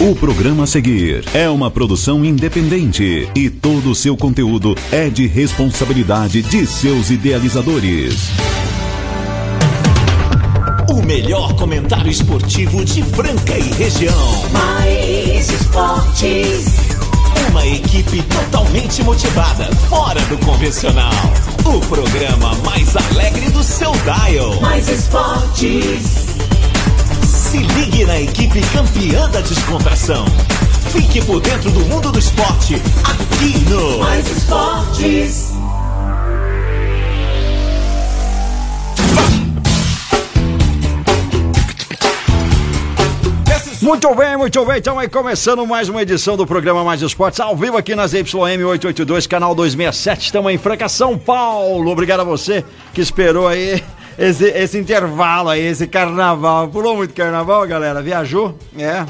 O programa a seguir é uma produção independente e todo o seu conteúdo é de responsabilidade de seus idealizadores. O melhor comentário esportivo de Franca e região. É Mais esportes. Uma equipe totalmente motivada, fora do convencional. O programa mais alegre do seu dial. Mais esportes. Se ligue na equipe campeã da descontração. Fique por dentro do mundo do esporte, aqui no Mais esportes. Muito bem, muito bem. Então, aí começando mais uma edição do programa Mais Esportes, ao vivo aqui nas YM882, canal 267. Estamos em Franca, São Paulo. Obrigado a você que esperou aí esse, esse intervalo aí, esse carnaval. Pulou muito carnaval, galera? Viajou? É.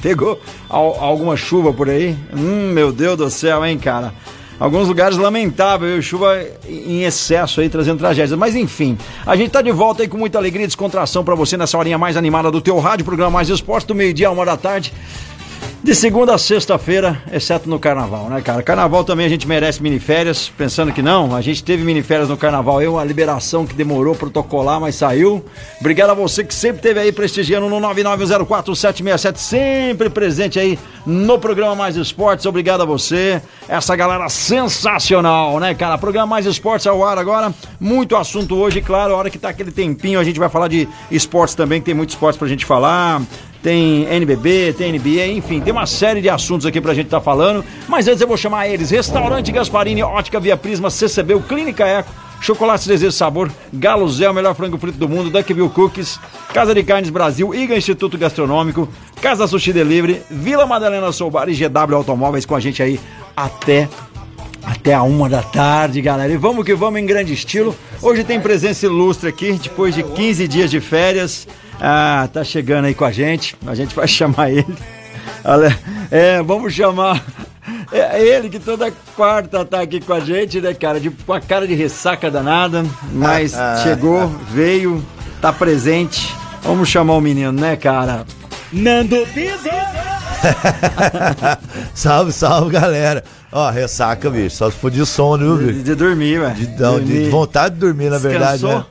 Pegou al- alguma chuva por aí? Hum, meu Deus do céu, hein, cara? Alguns lugares lamentável, viu? chuva em excesso aí, trazendo tragédias. Mas enfim, a gente tá de volta aí com muita alegria e descontração pra você nessa horinha mais animada do teu rádio, programa Mais Esporte, do meio-dia a uma da tarde. De segunda a sexta-feira, exceto no carnaval, né, cara? Carnaval também a gente merece miniférias, pensando que não, a gente teve miniférias no carnaval, eu, a liberação que demorou protocolar, mas saiu. Obrigado a você que sempre esteve aí prestigiando no 9904767, sempre presente aí no programa Mais Esportes. Obrigado a você, essa galera sensacional, né, cara? Programa Mais Esportes ao ar agora, muito assunto hoje, claro, a hora que tá aquele tempinho, a gente vai falar de esportes também, que tem muito esportes pra gente falar tem NBB, tem NBA, enfim, tem uma série de assuntos aqui pra gente tá falando. Mas antes eu vou chamar eles: Restaurante Gasparini, Ótica Via Prisma, CCB, Clínica Eco. Chocolate Desejo Sabor, Galo Zé, o melhor frango frito do mundo, Duckville Cookies, Casa de Carnes Brasil, IGA Instituto Gastronômico, Casa Sushi Delivery, Vila Madalena Soubar e GW Automóveis com a gente aí até até a uma da tarde, galera. E vamos que vamos em grande estilo. Hoje tem presença ilustre aqui, depois de 15 dias de férias. Ah, tá chegando aí com a gente. A gente vai chamar ele. Ale- É, vamos chamar. É ele que toda quarta tá aqui com a gente, né, cara? De, com a cara de ressaca danada. Mas Ah, chegou, veio, tá presente. Vamos chamar o menino, né, cara? Nando Piso! Salve, salve, galera. Ó, ressaca, bicho. Só se for de sono, viu, De, bicho? de dormir, velho. De, não, de Dormir. vontade de dormir, na verdade, Descansou? né?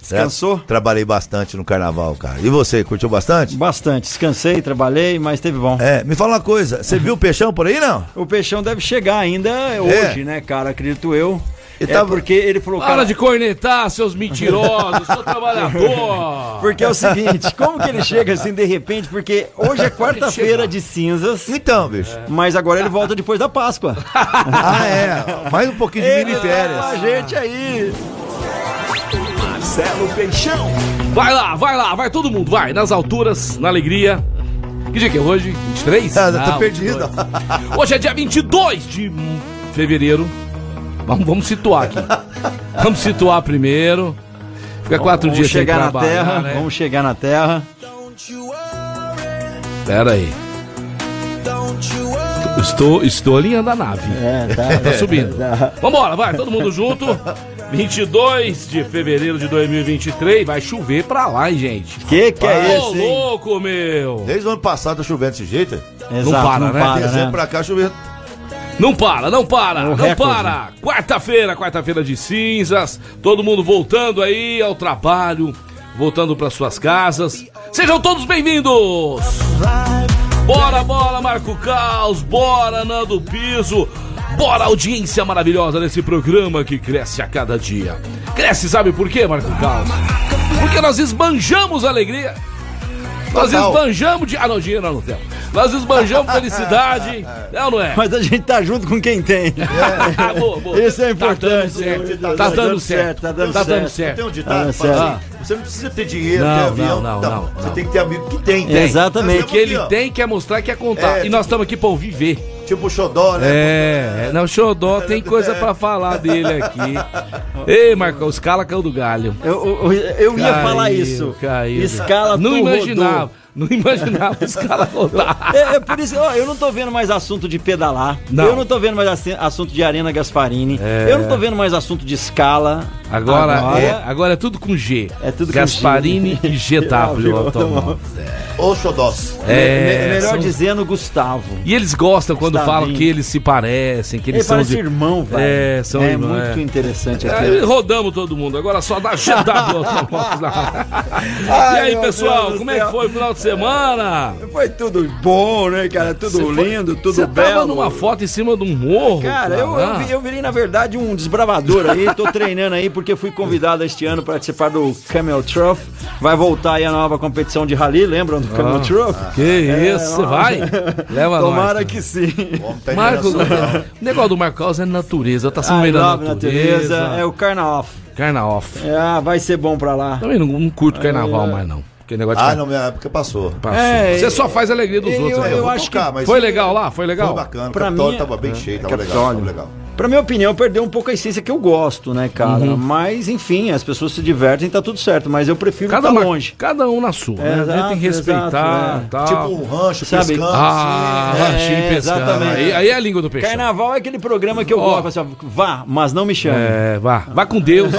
Descansou? É, trabalhei bastante no carnaval, cara. E você, curtiu bastante? Bastante. Descansei, trabalhei, mas teve bom. É, me fala uma coisa. Você viu o peixão por aí, não? O Peixão deve chegar ainda hoje, né, cara? Acredito eu. É. E é tá- porque ele falou, cara, Para de cornetar, seus mentirosos, seu trabalhador! porque é o seguinte, como que ele chega assim de repente? Porque hoje é quarta-feira de cinzas, Então, bicho. É. mas agora ele volta depois da Páscoa. Ah, é. Mais um pouquinho de Ele mini tá com a férias. gente aí. Marcelo Peixão. Vai lá, vai lá, vai todo mundo, vai! Nas alturas, na alegria. Que dia que é hoje? 23? Ah, eu tá Não, tô perdido. 22. Hoje é dia 22 de fevereiro. Vamos, vamos situar aqui. Vamos situar primeiro. Fica quatro Vamos dias sem chegar na trabalhar, terra, né? vamos chegar na terra. Pera aí. Estou, estou alinhando a nave. É, tá. subindo. Vambora, vai, todo mundo junto. 22 de fevereiro de 2023. Vai chover pra lá, hein, gente. Que que Ô, é esse, hein? louco, meu! Desde o ano passado tá chovendo desse jeito. Exato, para, né? Dezembro pra cá chovendo. Não para, não para, não recorde. para. Quarta-feira, quarta-feira de cinzas. Todo mundo voltando aí ao trabalho, voltando para suas casas. Sejam todos bem-vindos. Bora, bora, Marco Caos, bora, Nando Piso. Bora, audiência maravilhosa desse programa que cresce a cada dia. Cresce, sabe por quê, Marco Caos? Porque nós esbanjamos alegria. Nós Total. esbanjamos de. Ah, não, dinheiro não temos. Nós esbanjamos felicidade. Não, não é? Mas a gente tá junto com quem tem. Ah, boa, boa. Isso é Tá dando importante. certo. Tá dando certo. Tá dando Tá certo. dando certo. Tem um ditado que fala assim, você não precisa ter dinheiro, Não, ter avião. tá? não, não, não, Você não. tem que ter amigo que tem. Tem. Exatamente. Nós Que ele temos aqui, tem, quer mostrar, quer contar. É, E nós estamos aqui pra ouvir e ver. ó, Tipo o Xodó, né? É, não, Xodó tem coisa pra falar dele aqui. Ei, Marcão, os cala caiu do galho. Eu, eu, eu ia Caiu, falar isso. Caiu. Escala Não tu imaginava. rodou. Não imaginava os caras rodar. É, é por isso, ó, eu não tô vendo mais assunto de pedalar. Não. É. Eu não tô vendo mais assi- assunto de Arena Gasparini. Eu não tô vendo mais assunto de escala. Agora, Agora- é, agora é tudo com G. É tudo com Gasparini G. e GW automóveis. Ô, Xodós. É, Me- melhor são- dizendo, Gustavo. E eles gostam quando Gustavinho. falam que eles se parecem, que eles Ele são parece de- irmão, velho. É, são é irmãos, muito é. interessante aqui. Aí rodamos todo mundo, agora só dá GW automóveis lá. E aí, pessoal, como é que foi o final de semana? Foi tudo bom, né, cara? Tudo lindo, tudo Você belo. tava numa foto em cima de um morro? né? Cara, eu, eu, vi- eu virei, na verdade, um desbravador aí. Tô treinando aí porque fui convidado este ano para participar do Camel Trophy. Vai voltar aí a nova competição de rally, lembram do Ah. Camel Trophy? Que isso, vai. Leva Tomara nós. que sim. Homem tá Marco, internacional. o negócio do Marco Carlos é natureza, tá I sumindo a love natureza. Ah, É o Carnaval. Carnaval. off. Ah, vai ser bom pra lá. Também não, não curto carnaval mais, não. Porque negócio de Ah, carnaval não, minha época passou. passou. É, Você só faz a alegria dos eu- outros. né? eu vou acho que mas Foi legal lá? Foi legal? é- Foi bacana. O Pra Capitólio mim- tava bem cheio, tava legal, Capitólio. tava legal. Pra minha opinião, perdeu um pouco a essência que eu gosto, né, cara? Uhum. Mas, enfim, as pessoas se divertem, tá tudo certo. Mas eu prefiro Cada, estar mar- Tá longe. cada um na sua, né? A gente tem que Exato, respeitar tá? exato, é. tal. Tipo um rancho, Sabe? pescando. ah, assim, né? ranchinho É, pescando. exatamente. Aí, aí é a língua do peixe. Carnaval é aquele programa que eu Ó. gosto. Assim, ó, vá, mas não me chame. É, vá, vá com Deus.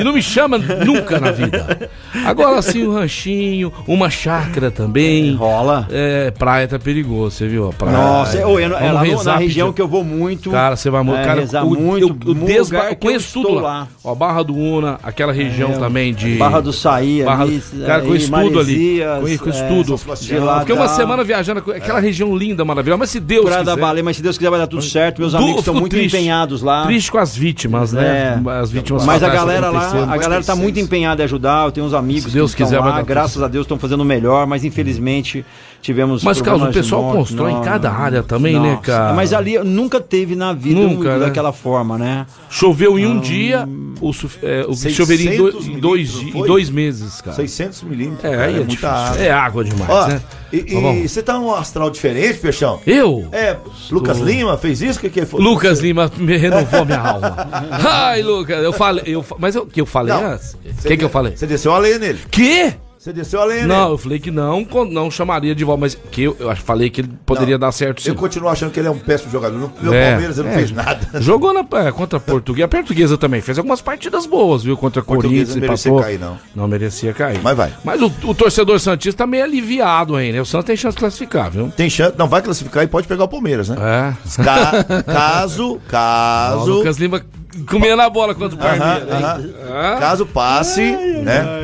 e não me chama nunca na vida. Agora sim, um ranchinho, uma chácara também. Rola. É, praia tá perigoso, você viu? a Praia. Nossa, eu, eu, é lá no- na região que eu eu vou muito. Cara, você vai é, morrer. Cara, rezar o- muito. eu, eu, no desba- lugar eu que eu conheço estou É, tudo lá. Ó, Barra do Una, aquela região também de. Barra do Saí, Barra... ali, Cara, aí, conheço tudo ali. Maresias, Conheço, conheço é, tudo. de lá Fiquei Ah, uma dá- semana viajando, aquela região linda, maravilhosa. Mas se Deus. Praia da quiser- Baleia, mas se Deus quiser vai dar tudo certo. Meus Du- amigos eu estão fico muito triste. empenhados lá. Triste com as vítimas, É. né? As vítimas Mas a fatais galera lá, a acontecendo. galera tá 56. muito empenhada em ajudar. Eu tenho uns amigos Se Deus que quiser, estão vai lá, dar tudo graças a Deus estão fazendo o melhor, mas infelizmente tivemos Mas, Carlos, problemas o pessoal de morte. constrói em cada área também, Nossa, né, cara? Mas ali nunca teve na vida Nunca, um- né? daquela forma, né? Choveu em um dia, o, suf- é, o que 600 choveria em, do- em dois, milímetros, di- em foi? dois meses, cara. 600 milímetros. É, cara, aí é, muita difícil. água. É água demais, Ó, né? e, Tá bom. e você tá num astral diferente, Peixão? Eu? É, Lucas Lima fez isso? O que, que foi? Lucas Lima me renovou minha alma. Ai, Lucas, eu falei. Eu, fa- mas o que eu falei Não. antes? O que, que eu falei? Você desceu a lenha nele. Que? Você desceu a lenha Não, nele. eu falei que não, con- não chamaria de volta, mas que eu, eu acho- falei que ele poderia Não. dar certo sim. Eu continuo achando que ele é um péssimo jogador. No meu É. Palmeiras ele não É. fez nada. Jogou na, é, contra a Portuguesa. A Portuguesa também fez algumas partidas boas, viu? Contra a Corinthians. Portuguesa não merecia empatou. cair, não. Não merecia cair. Mas vai. Mas o, o torcedor Santista tá meio aliviado aí, né? O Santos tem chance de classificar, viu? Tem chance. Não, vai classificar e pode pegar o Palmeiras, né? É. Ca- caso, O caso. Lucas Lima comendo a bola contra o Aham, Palmeiras. hein? aham. Ah. Caso passe, né?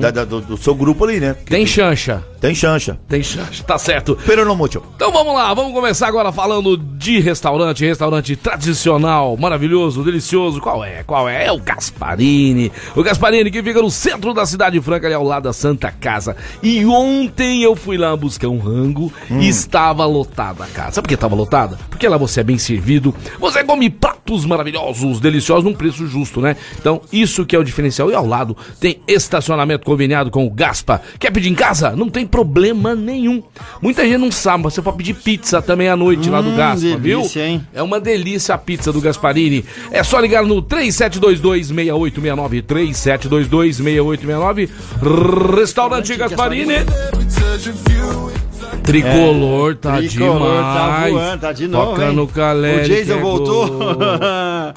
da- da- do, do seu grupo ali, né? Tem chancha. Tem chancha. Tem chancha. Tá certo. Pero no mucho. Então vamos lá, vamos começar agora falando de restaurante, restaurante tradicional, maravilhoso, delicioso. Qual é? Qual é? É o Gasparini. O Gasparini que fica no centro da cidade franca, ali ao lado da Santa Casa. E ontem eu fui lá buscar um rango e estava lotada a casa. Sabe por que estava lotada? Porque lá você é bem servido, você come pratos maravilhosos, deliciosos, num preço justo, né? Então isso que é o diferencial. E ao lado tem estacionamento conveniado com o Gaspa. Quer pedir em casa? Não tem problema nenhum. Muita gente não sabe, mas você pode pedir pizza também à noite lá do Gaspa, Hum, delícia, viu? hein? É uma delícia a pizza do Gasparini. É só ligar no 3722-6869. 3722-6869. Restaurante Gasparini. Tricolor tá Tricolor tá demais. voando, tá de novo, Toca hein? no O Caleri. que Jason é voltou. gol.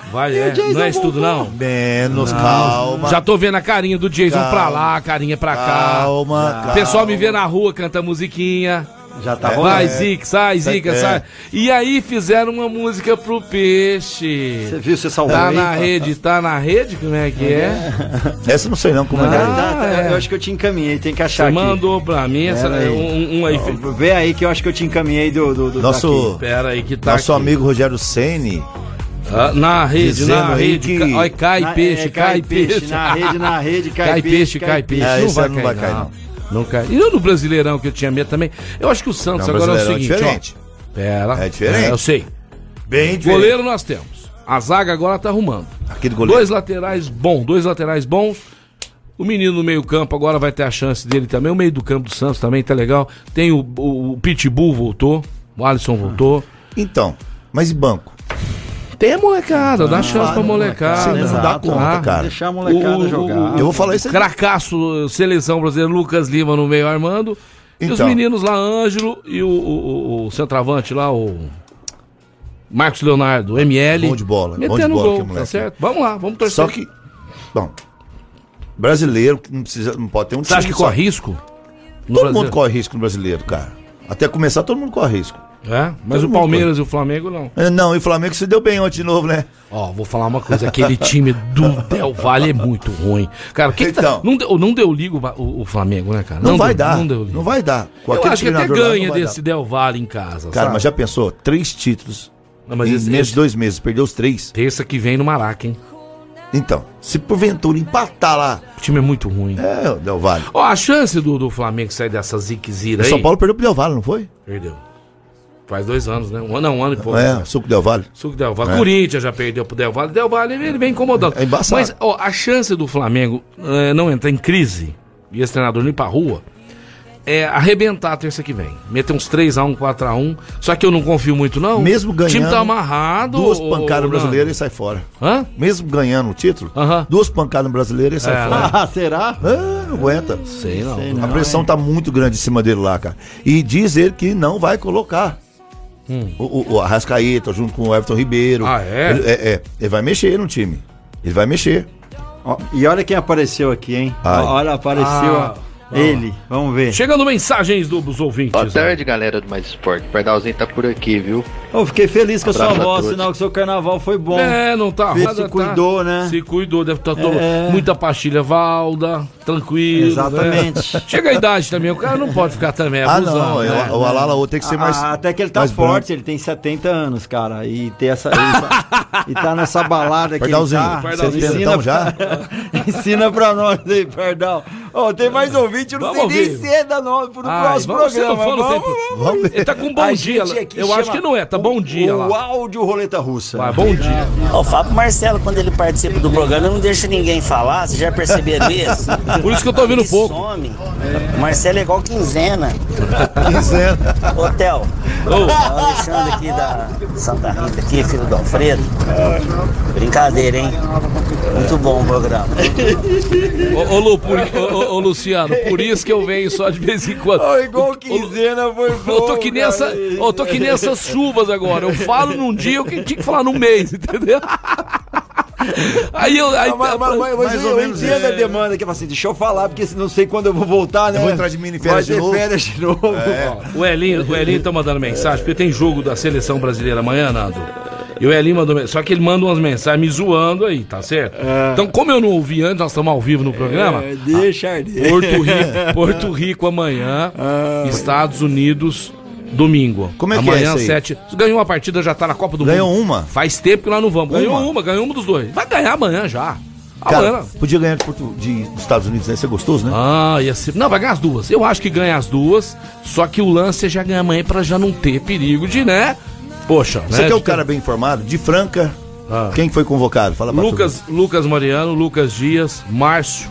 Vai, E o é. Jason Não é estudo, não. Menos, calma. Já tá. tô vendo a carinha do Jason Calma. pra lá, a carinha pra cá. Calma, calma. O pessoal me vê na rua, canta musiquinha. Já tá É, rolando. Vai, Zica, sai, Zica, É. sai. E aí fizeram uma música pro peixe. Você viu, você salvou Tá aí? na rede, tá na rede? Como é que é? Essa eu não sei não como Tá, é. tá, tá, é. Eu acho que eu te encaminhei, tem que achar Você aqui. mandou pra mim essa, Pera aí. um, um aí. fe- Vê aí que eu acho que eu te encaminhei do... do, do Nosso, Pera aí que tá nosso aqui. amigo Rogério Ceni Ah, na rede, na Dizendo aí rede. que- ca- Olha, cai Na- é, peixe, cai, peixe. Na rede, na rede, cai, Cai peixe, cai peixe. É, não esse vai ano não cair, vai cair, não. Não cai. E eu no Brasileirão que eu tinha medo também. Eu acho que o Santos Não, agora é o Brasileirão é seguinte, diferente. ó. Pera. É diferente. eu sei. Bem diferente. Goleiro nós temos. A zaga agora tá arrumando. Aqui do goleiro. Dois laterais bons, dois laterais bons. O menino no meio-campo agora vai ter a chance dele também. O meio do campo do Santos também tá legal. Tem o, o- o Pitbull voltou, o Alisson voltou. Então, mas e banco? Tem a molecada, Ah, dá chance pra Você não molecada. dá né? Exato. conta, Ah, cara. Deixar a molecada O- o- jogar. Eu vou falar isso aqui. Cracaço, eh, seleção brasileira, Lucas Lima no meio armando. E os Então. meninos lá, Ângelo e o, o- o- o centroavante lá, o Marcos Leonardo, ML. Bom de bola, bom de Metendo bola que gol, moleque. tá certo? Vamos lá, vamos torcer. Só que Bom, brasileiro que não, precisa, não pode ter um Você acha que só. corre risco? Todo No Brasil? mundo corre risco no brasileiro, cara. Até começar, todo mundo corre risco. É? Todo Mas o mundo Palmeiras e o Flamengo não. É, Não, e o Flamengo se deu bem ontem de novo, né? Ó, vou falar uma coisa, aquele time do Del Valle é muito ruim. Cara, quem que tá... Então. não, deu, não deu liga o, Ba- o- o Flamengo, né, cara? Não, vai deu- dar. Não deu Não, liga. vai dar. Com Eu aquele acho que até treinador lá, não ganha vai desse dar. Del Valle em casa, Cara, sabe? mas já pensou? Três títulos Não, mas em esse- menos esse- de dois meses. Perdeu os três. Terça que vem no Maraca, hein? Então, se porventura empatar lá... O time é muito ruim. É, o Del Valle. Ó, a chance do, do Flamengo sair dessa ziquezira O aí... É São Paulo perdeu pro Del Valle, não foi? Perdeu. Faz dois anos, né? Um ano, um ano e pouco. É, suco Del Valle. Suco Del Valle. Corinthians já perdeu pro Del Valle. Del Valle ele vem incomodando. É embaçado. Mas ó, a chance do Flamengo eh, não entrar em crise e esse treinador não ir pra rua é arrebentar a terça que vem. Meter uns 3x1, 4x1. Só que eu não confio muito, não. Mesmo O time ganhando, tá amarrado. Duas ô, pancadas ô, brasileiras e sai fora. Hã? Mesmo ganhando o título, Aham. duas pancadas brasileiras e sai É, fora. Ah, será? Ah, não aguenta. Sei não. a pressão tá muito grande em cima dele lá, cara. E diz ele que não vai colocar. O, o, o Arrascaeta junto com o Everton Ribeiro. Hum. Ah, é? Ele, é, é. Ele vai mexer no time. Ele vai mexer. Ó, e olha quem apareceu aqui, hein? Ai. Ó, Olha, apareceu Ah, ó, ele. Vamos ver. Chegando mensagens dos ouvintes. Boa né? tarde, galera do Mais Esporte. Pardalzinho tá por aqui, viu? Eu fiquei feliz com a sua Abraço a voz, todos. sinal que seu carnaval foi bom. É, não tá Vê roda, se tá- cuidou, né? Se cuidou, deve estar tomando É. muita pastilha valda, tranquilo. Exatamente. né? Chega a idade também, o cara não pode ficar também ah, abusando. não. né? é, O, o Alalaô tem que ser mais. Ah, até que ele tá mais forte, branco. ele tem 70 anos, cara. E ter essa. essa- e tá nessa balada que ele Pardalzinho, tá. Pardalzinho. Ensina, Setentão já? ensina pra nós aí, Pardal. Ó, tem mais ouvinte, eu não Vamos sei nem ouvir. se é da nós pro Ai, próximo vamos, você não programa. falou, Vamos, tem- vamos. Vamos Ele ver. tá com um A bom gente dia. lá. aqui Eu chama acho que não é, tá bom dia O lá. áudio roleta russa. Vai, bom dia. O Fábio Marcelo, quando ele participa do programa, não deixa ninguém falar, vocês já perceberam isso? Por isso que eu tô ouvindo Ele pouco. some. O Marcelo é igual quinzena. Quinzena. Hotel. Ô, O Alexandre aqui da Santa Rita, aqui, filho do Alfredo. Brincadeira, hein? Muito bom o programa. ô, ô, Lu, por- ô, ô, ô, Luciano, por isso que eu venho só de vez em quando. Ó, igual Ô, Lu- quinzena foi bom. Eu tô, que nem cara. essa- eu tô que nem essas chuvas agora. Eu falo num dia, eu que tinha que falar num mês, entendeu? Aí eu. Aí, Não, mas, mas, mas, mas Mais eu, ou eu menos entendo a demanda que eu falo assim, deixa eu falar, porque se não sei quando eu vou voltar, né? Eu vou entrar de mini Vai férias de ter novo. É. férias de novo. Ó, O Elinho, o Elinho tá mandando mensagem, porque tem jogo da seleção brasileira amanhã, Nando. E o Elinho mandou mensagem. Só que ele manda umas mensagens me zoando aí, tá certo? É. Então, como eu não ouvi antes, nós estamos ao vivo no Ah. programa. é, Deixa arder. Porto Rico, Porto Rico amanhã, Estados Unidos. Domingo. Ah. Como é que é Amanhã, isso aí? sete. Ganhou uma partida, já tá na Copa do Ganhou Mundo. uma? Faz tempo que nós não vamos. Ganhou Uma? uma, ganhou um dos dois. Vai ganhar amanhã já. Cara, Amanhã. podia ganhar de, Portu- de- dos Estados Unidos, né? Isso é gostoso, né? Ah, Ah, ia ser... Não, vai ganhar as duas. Eu acho que ganha as duas, só que o lance é já ganhar amanhã pra já não ter perigo de, né? Poxa, Você né? que é o de- cara bem informado, de Franca. Ah. Quem foi convocado? Fala pra Lucas, Lucas Mariano, Lucas Dias, Márcio,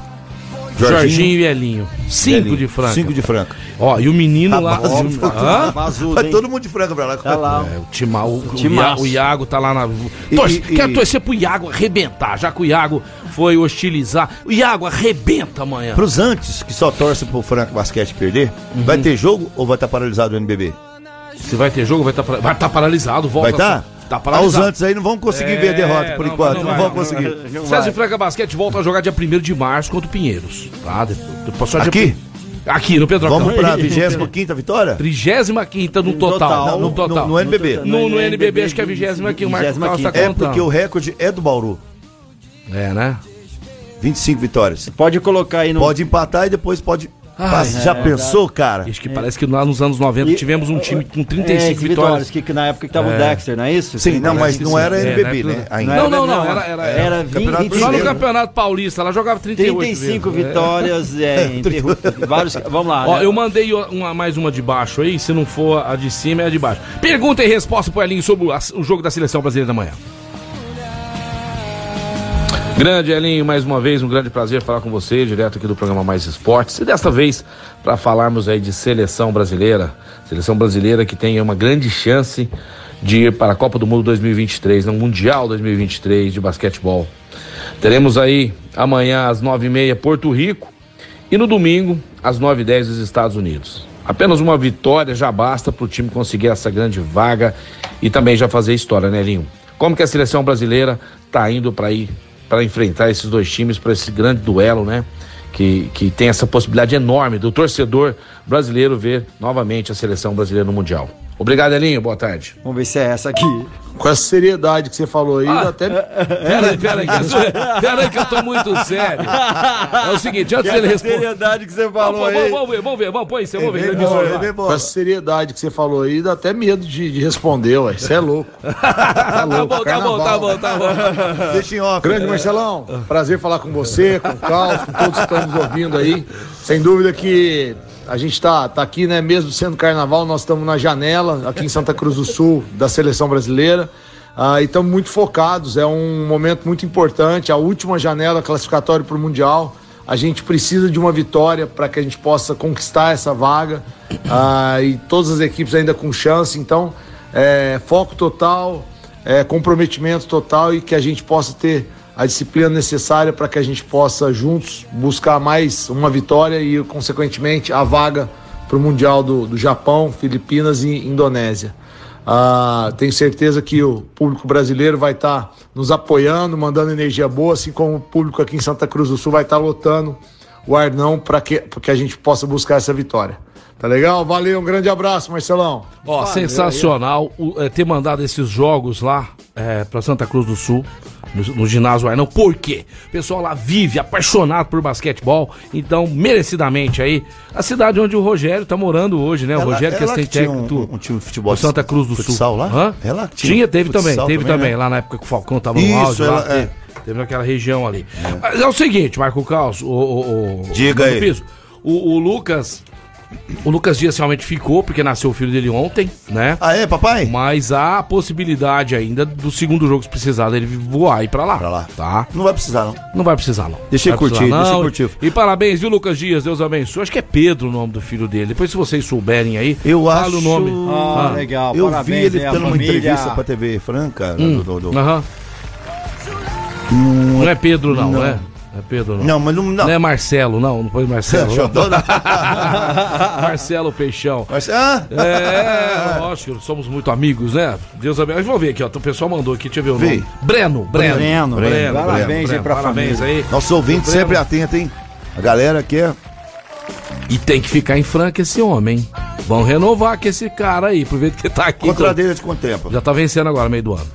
tu. Jorginho, e Elinho. Cinco Elinho. de Franca. Cinco de Tá Franca. Ó, e o menino lá... Rapazinho. Hã? Vazudo, Vai hein? todo mundo de Franca pra lá. Tá lá. É, o, Timau, o, o, Ia- Timaço. o Iago tá lá na. E- Torce, e- quero e- torcer pro Iago arrebentar, já que o Iago foi hostilizar. O Iago arrebenta amanhã. Pros antes, que só torcem pro Franca Basquete perder, vai ter jogo ou vai estar paralisado o NBB? Se vai ter jogo, vai estar vai tá paralisado, volta. Vai estar? Tá Os paralisado. antes aí não vão conseguir É, ver a derrota por não, enquanto. não Não, vai, vão não conseguir. César e Franca Basquete volta a jogar dia 1 de março contra o Pinheiros. Tá? De- de- só dia- Aqui? Aqui, no Pedro Vamos pra 25 vitória? 35 no total. No, No total. no- no NBB. No- no NBB, acho que é 25, o Marcos Carlos tá É contando. porque o recorde é do Bauru. É, né? 25 Então- vitórias. É, Pode colocar aí no. Pode empatar e depois pode. Ai, é passar. Já pensou, cara? Acho que parece que lá nos anos 90 E- tivemos um time com É, 35 de vitórias. Que, que na época que tava o Dexter, não é isso? Sim, não, mas não era É, NBB, né? né? Não, Ainda. não, não, Não, era, era, era. Era Campeonato 20, Só no Brasileiro. Campeonato Paulista, ela jogava 38 35 vezes. né? vitórias, é, interru- vários. Vamos lá. Ó, né? eu mandei uma, mais uma de baixo aí, se não for a de cima, é a de baixo. Pergunta e resposta pro Elinho sobre o, a- o jogo da seleção brasileira da manhã. Grande Elinho, mais uma vez, um grande prazer falar com você, direto aqui do programa Mais Esportes. E desta vez, para falarmos aí de seleção brasileira. Seleção brasileira que tem uma grande chance de ir para a Copa do Mundo 2023, no Mundial 2023 de basquetebol. Teremos aí amanhã às 9h30 Porto Rico e no domingo às 9h10 os Estados Unidos. Apenas uma vitória já basta para o time conseguir essa grande vaga e também já fazer história, né, Linho? Como que a seleção brasileira está tá indo para ir para enfrentar esses dois times, para esse grande duelo, né? Que, que tem essa possibilidade enorme do torcedor brasileiro ver novamente a seleção brasileira no Mundial. Obrigado, Elinho. Boa tarde. Vamos ver se é essa aqui. Com essa seriedade que você falou aí, Ah, até Peraí, peraí, que eu tô- peraí que eu tô muito sério. É o seguinte, antes dele a responder. seriedade que você falou aí. Vamos, vamos, vamos ver, vamos ver, vamos, põe isso, aí, vamos ver. Vem televisor, bola, vai. vem com bola. essa seriedade que você falou aí, dá até medo de, de responder, ué. Você é louco. Tá bom, tá bom, tá bom, tá bom. Deixa em off. né? Grande Marcelão, prazer falar com você, com o Carlos, com todos que estão nos ouvindo aí. Sem dúvida que a gente está tá aqui, né? Mesmo sendo carnaval, nós estamos na janela, aqui em Santa Cruz do Sul, da seleção brasileira. Ah, e estamos muito focados, é um momento muito importante, a última janela classificatória para o Mundial. A gente precisa de uma vitória para que a gente possa conquistar essa vaga. Ah, e todas as equipes ainda com chance, então, é, foco total é, comprometimento total e que a gente possa ter a disciplina necessária para que a gente possa juntos buscar mais uma vitória e, consequentemente, a vaga para o Mundial do, do Japão, Filipinas e Indonésia. Ah, tenho certeza que o público brasileiro vai estar nos apoiando, mandando energia boa, assim como o público aqui em Santa Cruz do Sul vai estar lotando o Arnão para que, pra que a gente possa buscar essa vitória. Tá legal? Valeu, um grande abraço, Marcelão. Ó, sensacional o- é, ter mandado esses jogos lá é, pra Santa Cruz do Sul, no, no ginásio Arnão. Por quê? O pessoal lá vive apaixonado por basquetebol, então, merecidamente aí, a cidade onde o Rogério tá morando hoje, né? O Ela- Rogério que é ela que assistente tinha um- técnico um time de futebol- do Santa Cruz do futsal Sul. lá? Hã? Ela que tinha um tinha, teve futsal também, teve também, também, né? lá na época que o Falcão tava no Isso, áudio lá. ela- é. Teve, teve naquela região ali. Mas é o seguinte, Marco Caos, o, o, o- Diga o aí. Piso, o- o Lucas o Lucas Dias realmente ficou, porque nasceu o filho dele ontem, né? Ah, é, papai? Mas há a possibilidade ainda do segundo jogo, se precisar, dele voar e ir pra lá. Pra lá. Tá? Não vai precisar, não. Não vai precisar, não. Deixa Vai eu curtir, precisar, deixa eu não. curtir. E parabéns, viu, Lucas Dias? Deus abençoe. Acho que é Pedro o nome do filho dele. Depois, se vocês souberem aí, Eu fala acho. o nome. Ah, legal. Eu Parabéns, vi ele hein, a dando uma família. entrevista pra TV Franca. Hum. do- do- do- Aham. Não é Pedro, não, Hum, não. é? Não é Pedro, não. Não, mas não. não. Não é Marcelo, não. Não foi Marcelo. Deixa eu- não. Marcelo Peixão. Mas- ah, É, lógico, somos muito amigos, né? Deus abençoe. Vamos ver aqui, ó. O pessoal mandou aqui, deixa eu ver o Vê. nome. Breno, Breno. Breno, Breno. Parabéns aí pra Parabéns aí. Nosso ouvinte Breno. sempre atento, hein? A galera que é. E tem que ficar em franca esse homem, hein? Vão renovar com esse cara aí, por ver que tá aqui. Contra dele de quanto tempo? Já tá vencendo agora, meio do ano.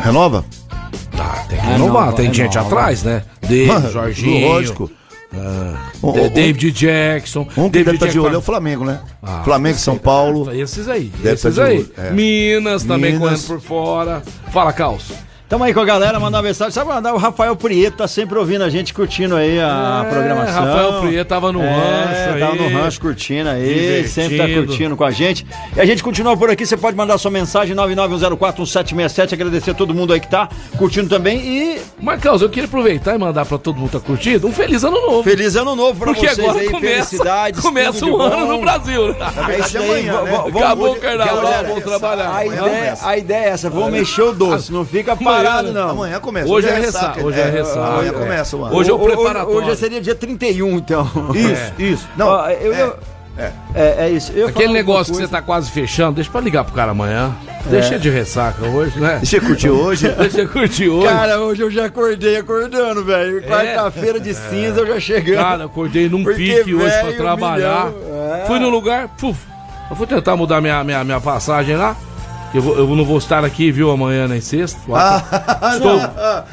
Renova? Ah, tem que renovar, Renova, tem gente renova. atrás, né? Dele, Jorginho. Ah, Ah, Lógico. Um- De- um- David Jackson. Um que David deve estar de Jackson- olho é o Flamengo, né? Ah, Flamengo, São Paulo. Esses aí, Deve esses tá de aí. olho, é. Minas também Minas. correndo por fora. Fala, Caos. Tamo aí com a galera, mandar uma mensagem. Sabe mandar o Rafael Prieto, tá sempre ouvindo a gente, curtindo aí a É, programação. Rafael Prieto tava no É, rancho Tava aí. no rancho curtindo aí, Divertido. sempre tá curtindo com a gente. E a gente continua por aqui, você pode mandar sua mensagem 991041767, agradecer a todo mundo aí que tá curtindo também e Marcos, eu queria aproveitar e mandar pra todo mundo que tá curtindo um feliz ano novo. feliz ano novo pra Porque vocês agora aí, começa, felicidades. começa tudo de um ano bom. no Brasil. É isso aí, Amanhã, né? vamos- Acabou vamos- o carnaval, galera, vamos trabalhar. A Amanhã ideia, começa. a ideia é essa, vamos mexer o doce, não fica parado não. Amanhã começa. Hoje é ressaca, hoje é né? ressaca, Amanhã é. começa, mano. Hoje é o Ho- ho- preparatório. Hoje seria dia 31, então. Isso, isso. Não, Ah. Ó, eu- é, eu- é. É, é isso. Eu ia falar Aquele alguma negócio que você coisa. tá quase fechando, deixa pra ligar pro cara amanhã. É. Deixa de ressaca hoje, né? Deixa eu curtir hoje. Deixa eu curtir hoje. Cara, Cara, hoje eu já acordei acordando, É. velho. Quarta-feira de cinza eu já chegando. acordei num Porque, pique hoje pra velho, trabalhar. milhão, é. Fui no lugar, puf. Eu vou tentar mudar minha, minha, minha passagem lá. Eu, vou- eu não vou estar aqui, viu, amanhã nem sexta. Ah. estou,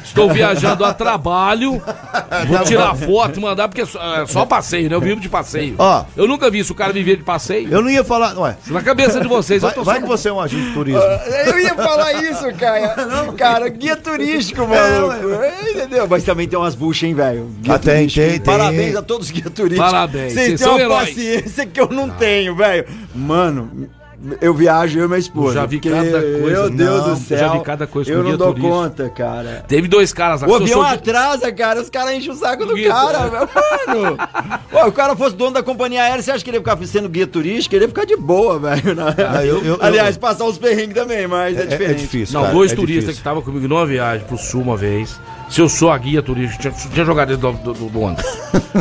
estou viajando a trabalho. Tá Vou tirar foto e mandar, porque é só, é só passeio, né? Eu vivo de passeio. Ó. eu nunca vi isso, o cara viver de passeio. Eu não ia falar. Ué, Na cabeça de vocês, vai, eu tô vai só- que você é um agente de turismo. Eu ia falar isso, cara. Cara, guia turístico, maluco. É, entendeu? Mas também tem umas buchas, hein, velho? Guia Ah, tem, turístico. tem, tem. Parabéns a todos os guia turísticos. Parabéns, Vocês vocês têm são uma heróis. Ah. paciência que eu não, tenho, velho. Mano, eu viajo, eu e minha esposa. já vi porque, cada coisa. Meu Deus Não, do eu céu. já vi cada coisa com Eu guia não dou turístico. conta, cara. Teve dois caras lá O que eu avião sou de- atrasa, cara. Os caras enchem o saco do Guia, cara, velho. Mano. Ó, o cara fosse dono da companhia aérea, você acha que ele ia ficar sendo guia turístico? Ele ia ficar de boa, velho. né? Ah, eu- eu- Aliás, eu- passar os perrengues também, mas é, É, diferente. é difícil. Não, cara, dois é turistas que difícil. estavam comigo numa viagem pro sul uma vez. Se eu sou a guia turista, tinha, tinha jogado dentro do, do- do ônibus.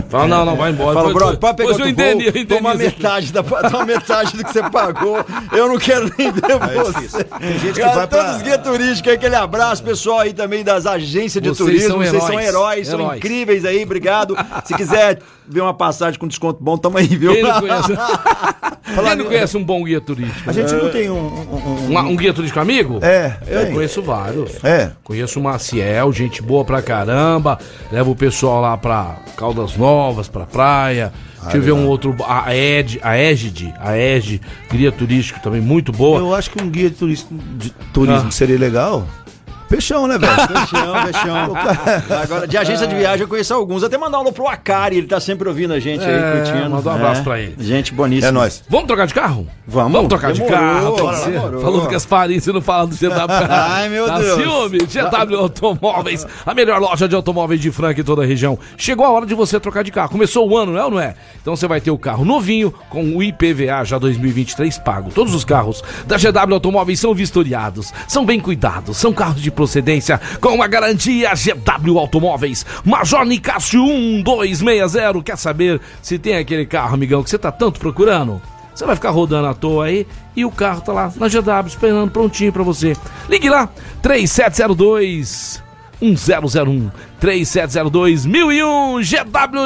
Fala, não, não, vai embora. Fala, Depois- brother, pode pegar depois o eu teu indeni- voo, eu toma indenizo. metade, da, toma metade do que você pagou. eu não quero nem ver Ah, eu você. fiz. Tem gente que Cara, vai pra- todos os guias turísticos, aquele abraço, pessoal aí também das agências de Vocês turismo. são Vocês são heróis. heróis, são Heróis. incríveis aí, obrigado. Se quiser ver uma passagem com desconto bom, tamo aí, viu? Quem não conhece, Quem não conhece um bom guia turístico? A gente não tem um. um- um- Um, um guia turístico amigo? É, Eu tem. conheço vários. É. Conheço o Maciel, gente boa pra caramba. Leva o pessoal lá pra Caldas Novas, pra praia. Deixa eu Ah, ver um outro. A Ed, a Égide, a Égide, guia turístico tambvel muito boa. Eu acho que um guia de turismo, de turismo seria legal. Peixão, né, velho? Fechão, fechão. Agora, de agência de viagem eu conheço alguns. Até mandar aula pro Acari, ele tá sempre ouvindo a gente aí, É, curtindo. manda um abraço pra ele. Gente boníssima. é nóis. Vamos trocar de carro? Vamos. Vamos trocar de Demorou, carro. tem que bora, ser. demorou. Falou que Gasparinho, se não fala do GW. Ai, meu Dá Deus. ciúme. GW Automóveis, a melhor loja de automóveis de Franca em toda a região. Chegou a hora de você trocar de carro. Começou o ano, não é ou não é? Então você vai ter o carro novinho com o IPVA já 2023 pago. Todos os carros da GW Automóveis são vistoriados, são bem cuidados, são carros de procedência com uma garantia GW Automóveis. Major Nicásio 1260. Quer saber se tem aquele carro, amigão, que você tá tanto procurando? Você vai ficar rodando à toa aí e o carro tá lá na GW esperando prontinho pra você. Ligue lá, 3702 1001 3702 1001 GW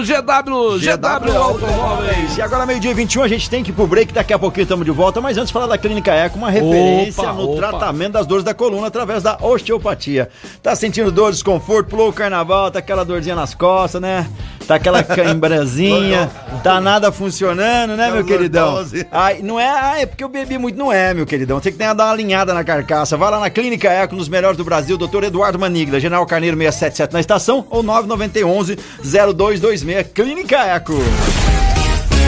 GW GW Automóveis. E agora, meio-dia e 21, a gente tem que ir pro break, daqui a pouquinho estamos de volta, mas antes falar da Clínica Eco, uma referência Opa, no opa. tratamento das dores da coluna através da osteopatia. Tá sentindo dor, desconforto, pulou o carnaval, tá aquela dorzinha nas costas, né? Tá aquela cambrazinha, tá nada funcionando, Tá né, meu queridão? lordose. Ai, não é, ah, é porque eu bebi muito. Não é, meu queridão. Você que tem que dar uma alinhada na carcaça. Vai lá na Clínica Eco, nos melhores do Brasil, doutor Eduardo Manigla, General Carneiro 677 na estação ou 9911 0226 Clínica Eco.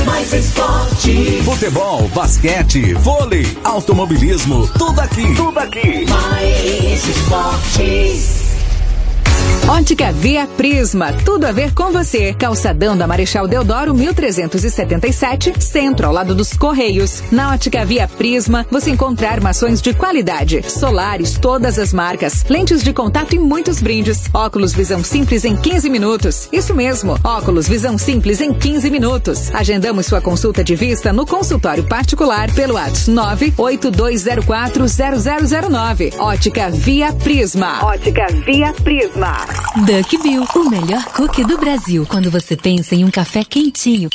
mais esporte, Futebol, basquete, vôlei, automobilismo, tudo aqui. Tudo aqui. mais esportes. Ótica Via Prisma, tudo a ver com você. Calçadão da Marechal Deodoro 1377, centro ao lado dos Correios. Na Ótica Via Prisma, você encontra armações de qualidade, solares, todas as marcas, lentes de contato e muitos brindes. Óculos Visão Simples em 15 minutos. Isso mesmo, óculos Visão Simples em 15 minutos. Agendamos sua consulta de vista no consultório particular pelo WhatsApp 982040009. Ótica Via Prisma. Ótica Via Prisma. Duck Bill, o melhor cookie do Brasil. Quando você pensa em um café quentinho,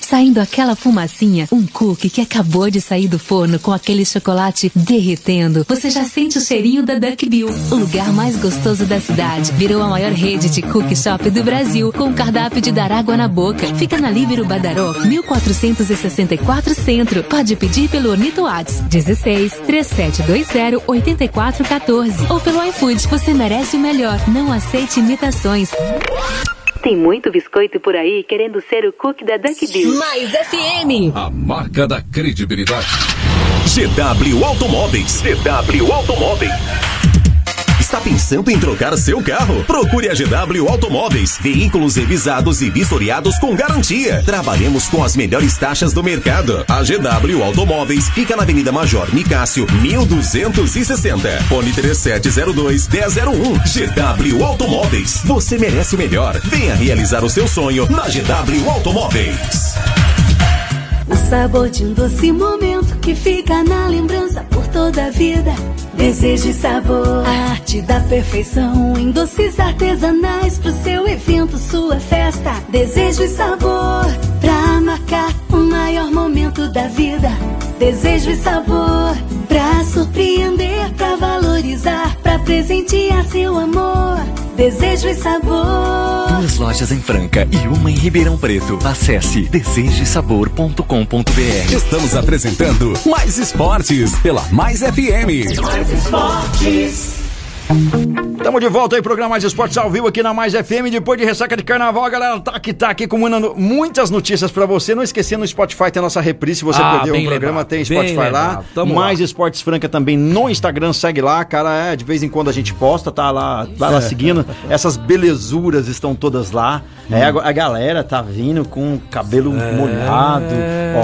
saindo aquela fumacinha, um cookie que acabou de sair do forno com aquele chocolate derretendo, você já sente o cheirinho da Duck Bill. O lugar mais gostoso da cidade virou a maior rede de cookie shop do Brasil, com cardápio de dar água na boca. Fica na Líbero Badaró, 1464 Centro. Pode pedir pelo Ornito Whats 16 3720 8414 ou pelo iFood. Você merece o melhor. Não aceite imitações. Tem muito biscoito por aí querendo ser o cookie da Duck Bill. Mais FM. A marca da credibilidade. GW Automóveis. GW Automóveis. Está pensando em trocar seu carro? Procure a GW Automóveis. Veículos revisados e vistoriados com garantia. Trabalhamos com as melhores taxas do mercado. A GW Automóveis fica na Avenida Major Nicásio, 1260. Fone 3702 1001. GW um. Automóveis. Você merece o melhor. Venha realizar o seu sonho na GW Automóveis. O sabor de um doce momento que fica na lembrança por toda a vida. Desejo e sabor, a arte da perfeição em doces artesanais pro seu evento, sua festa. Desejo e sabor pra marcar o maior momento da vida. Desejo e sabor pra surpreender, pra valorizar, pra presentear seu amor. Desejo e sabor. Duas lojas em Franca e uma em Ribeirão Preto. Acesse desejosabor.com.br. Estamos apresentando Mais Esportes pela Mais FM. Mais esportes. Estamos de volta aí, programa Mais Esportes ao vivo aqui na Mais FM. Depois de ressaca de carnaval, a galera tá aqui, tá aqui com uma- muitas notícias pra você. Não esquecendo, no Spotify tem a nossa reprise. Se você Ah, perdeu o bem programa, lembrado, tem bem Spotify lá. lembrado. Tamo Mais lá. Esportes Franca também no Instagram, segue lá, cara. É, de vez em quando a gente posta, tá lá, vai É. lá seguindo. Essas belezuras estão todas lá. Hum. É, agora a galera tá vindo com cabelo molhado,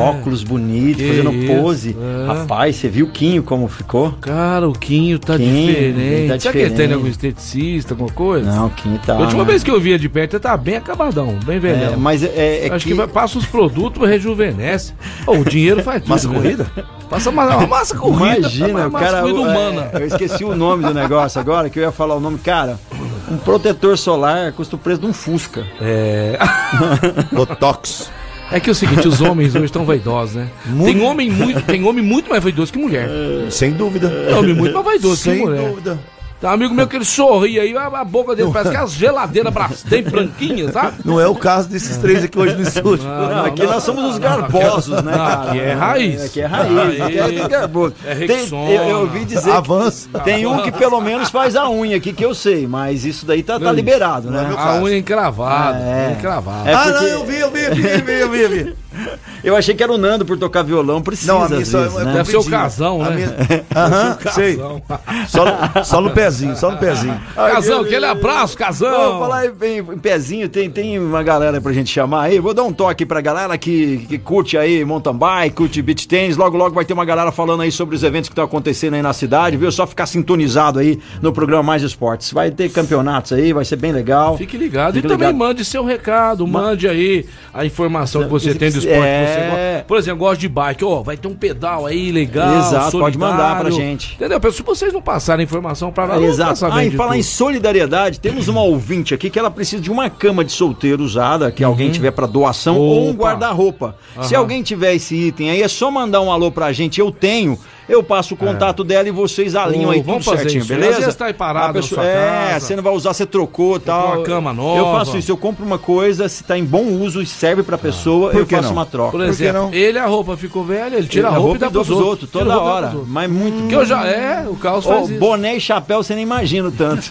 óculos bonitos, É. Que fazendo isso, pose. é. Rapaz, você viu o Quinho como ficou? Cara, o Quinho tá Quinho, diferente. tá Você Será que ele tem algum esteticista, alguma coisa? Não, quintal. a última né? vez que eu via de perto, ele tava bem acabadão, bem velhão. É, mas é- é Acho que- que, vai- passa os produtos, rejuvenesce. Ô, o dinheiro faz tudo. Massa né? corrida? Passa massa, Não, massa corrida. Imagina, massa o cara. corrida é, humana. eu esqueci o nome do negócio agora, que eu ia falar o nome. Cara, um protetor solar custa o preço de um Fusca. É. Botox. É que é o seguinte, os homens hoje estão vaidosos, né? Muito. Tem, homem muito, tem homem muito mais vaidoso que mulher. Sem dúvida. Tem homem muito mais vaidoso Sem que mulher. dúvida. Tem um amigo meu que ele sorri aí, a, a boca dele parece que as geladeiras Brastem branquinhas, sabe? Não é o caso desses três aqui hoje no estúdio. Não, não, aqui não, nós somos não, os não, não, garbosos, aqui é- né, não, cara? Aqui é raiz. Aqui é raiz, aqui é tudo garboso. É Tem- Rexona. eu, eu ouvi dizer. que Avança. Tem um que pelo menos faz a unha aqui, que eu sei, mas isso daí tá, tá liberado, né? A unha encravada, É. encravada. É Ah, porque- não, eu vi, eu vi, eu vi, eu vi, eu vi, eu vi. Eu achei que era o Nando por tocar violão, precisa. Não, a às minha só- vezes, é né? Deve ser o compridinha. casão, A né? minha- Aham, sei. Só, só no pezinho, só no pezinho. Casão, aquele abraço, Vou casão. falar em, em- em pezinho, tem, tem uma galera pra gente chamar aí. Vou dar um toque pra galera que, que curte aí mountain bike, curte beach tênis. Logo, logo vai ter uma galera falando aí sobre os eventos que estão acontecendo aí na cidade, viu? Só ficar sintonizado aí no programa Mais Esportes. Vai ter campeonatos aí, vai ser bem legal. Fique ligado. Fique e também ligado. mande seu recado, mande aí a informação que você tem do esporte que você É. gosta. Por exemplo, gosta de bike, ó, vai ter um pedal aí legal. Exato, pode solidário. mandar pra gente. Entendeu? Se vocês não passarem informação pra nós, nós vamos Exato. passar Ah, bem e de falar tudo. em solidariedade, temos uma ouvinte aqui que ela precisa de uma cama de solteiro usada, que alguém tiver para doação, ou um Uhum. Opa. guarda-roupa. Se Aham. alguém tiver esse item aí, é só mandar um alô pra gente, eu tenho. Eu passo o contato dela e vocês alinham É. Ô, aí tudo vamos fazer certinho, isso. beleza? Às vezes tá aí parado A pessoa- na sua é, casa. você não vai usar, você trocou e tal. uma cama nova. Ah. Eu faço isso, eu compro uma coisa, se tá em bom uso e serve pra pessoa, Por eu que faço não? uma troca. Por exemplo, ele a roupa ficou velha, ele tira a roupa, e dá dou pros outros. Tira a toda roupa e dá hora. pros outros. Mas muito. Que eu já- é, o Carlos Ô, faz isso. Boné e chapéu, você nem imagina o tanto.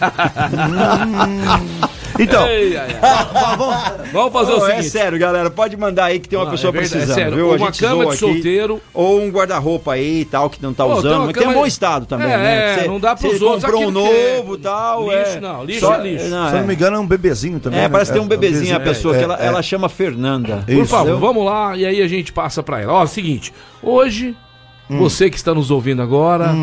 Então. Ei, ai, ai. Vamos fazer o Ô, É seguinte. sério, galera. Pode mandar aí que tem uma Não, pessoa é verdade, é precisando. sério. viu? A Uma gente cama zoa de aqui. solteiro. ou um guarda-roupa aí e tal, que não tá Pô, tem usando. uma Mas tem um cama- bom estado também, É, né? é, não dá pros você outros, comprou um aquilo que é. novo e tal. Lixo é. não, lixo Só- é lixo. Não, Se eu não me é. engano, é um bebezinho também. É, né? parece que tem um um bebezinho, a pessoa é, que ela, é. ela chama Fernanda. Por favor, Entendeu? vamos lá e aí a gente passa pra ela. Ó, é o seguinte, hoje Hum. você que está nos ouvindo agora,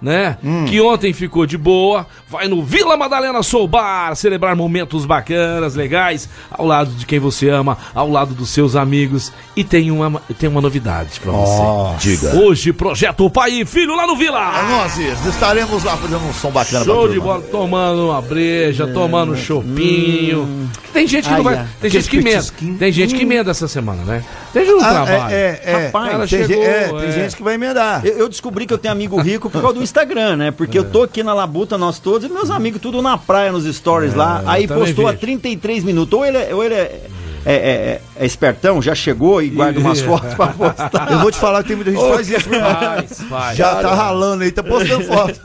né, que ontem ficou de boa, vai no Vila Madalena Soul Bar celebrar momentos bacanas, legais, ao lado de quem você ama, ao lado dos seus amigos e tem uma tem uma novidade pra você. Nossa. Diga. Hoje projeto Pai e Filho lá no Vila. Nós estaremos lá fazendo um som bacana pra Show de turma. bola, tomando uma breja, tomando um chopinho. Tem gente que É. Hum. Ai, não vai. ai. Tem gente que Aquele emenda. petisquinho. Tem gente que emenda essa semana, né? Tem gente que não Ah, trabalha. é, é, é. Rapaz, ela tem, chegou, gente, é, tem é. gente que vai emendar. Eu, eu descobri que eu tenho amigo rico por causa do Instagram, né? Porque eu tô aqui na Labuta, nós todos, e meus amigos tudo na praia, nos stories lá. Aí É, também postou há vejo. 33 minutos. Ou ele, é- ou ele é, é- é- é espertão, já chegou e guarda umas fotos pra postar. Ah, Eu vou te falar que tem muita gente que faz isso. Faz, faz. Já tá ralando aí, tá postando foto.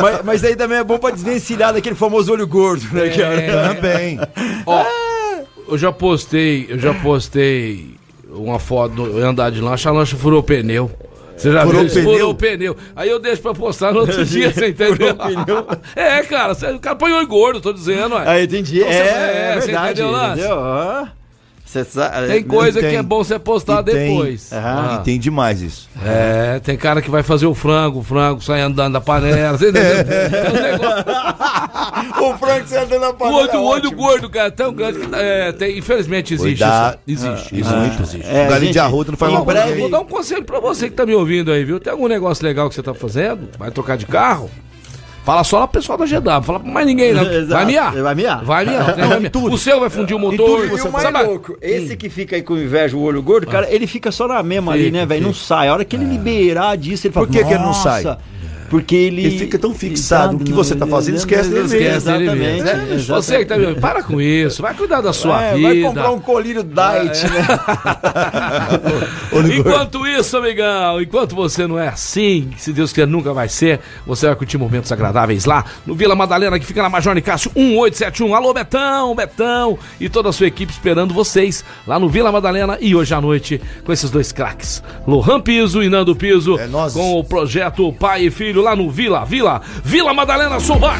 mas, mas aí também é bom pra desvencilhar daquele famoso olho gordo, né, É. cara? Também. Ó, eu já postei, eu já postei uma foto do- eu andar de lancha, a lancha furou o pneu. Você já Furou viu? o pneu? Furou o pneu. Aí eu deixo pra postar no outro dia, você entendeu? é, cara, você- o cara põe oi gordo, tô dizendo, ué. Aí entendi. é, Então, você- é, você verdade. entendeu o lance? entendeu? Ó. Cê sa- Tem coisa tem. que é bom você postar E tem. É. depois. Ah. E tem demais isso. É, tem cara que vai fazer o frango, o frango sai andando da panela, você entendeu? É um negócio- O Frank saiu na o parada. olho, o olho gordo, cara, é tão grande que é, tem- infelizmente existe Cuidado. Ah, isso. Existe, Ah. Isso existe. muito existe. É, Galinha de arroto não faz em mal pra breve- Vou ninguém. dar um conselho pra você que tá me ouvindo aí, viu? Tem algum negócio legal que você tá fazendo? Vai trocar de carro? Fala só lá pro pessoal da GW, fala pra mais ninguém, não. Vai Exato. miar. Vai miar. Vai miar. tem- um vai miar. O seu vai fundir o motor. E o mais sabe? Ah. louco, esse que fica aí com inveja, o olho gordo, cara, ele fica só na mesma ali, Fica, É. né, velho? Não sai. A hora que ele liberar disso, ele fala. Por que que ele não "Nossa", sai? Porque ele. Ele fica tão fixado, o que você tá fazendo, esquece dele mesmo. Esquece dele mesmo, né? É, Exatamente. Você que tá me ouvindo, para com isso. Vai cuidar da sua É, vida. É, vai comprar um colírio diet, né? um Enquanto isso, amigão, enquanto você não é assim, se Deus quiser nunca vai ser, você vai curtir momentos agradáveis lá no Vila Madalena, que fica na Major Nicásio 1871. Alô, Betão, Betão e toda a sua equipe esperando vocês lá no Vila Madalena e hoje à noite com esses dois craques, Lohan Piso e Nando Piso, É nós. com o projeto Pai e Filho lá no Vila, Vila, Vila Madalena Sobar.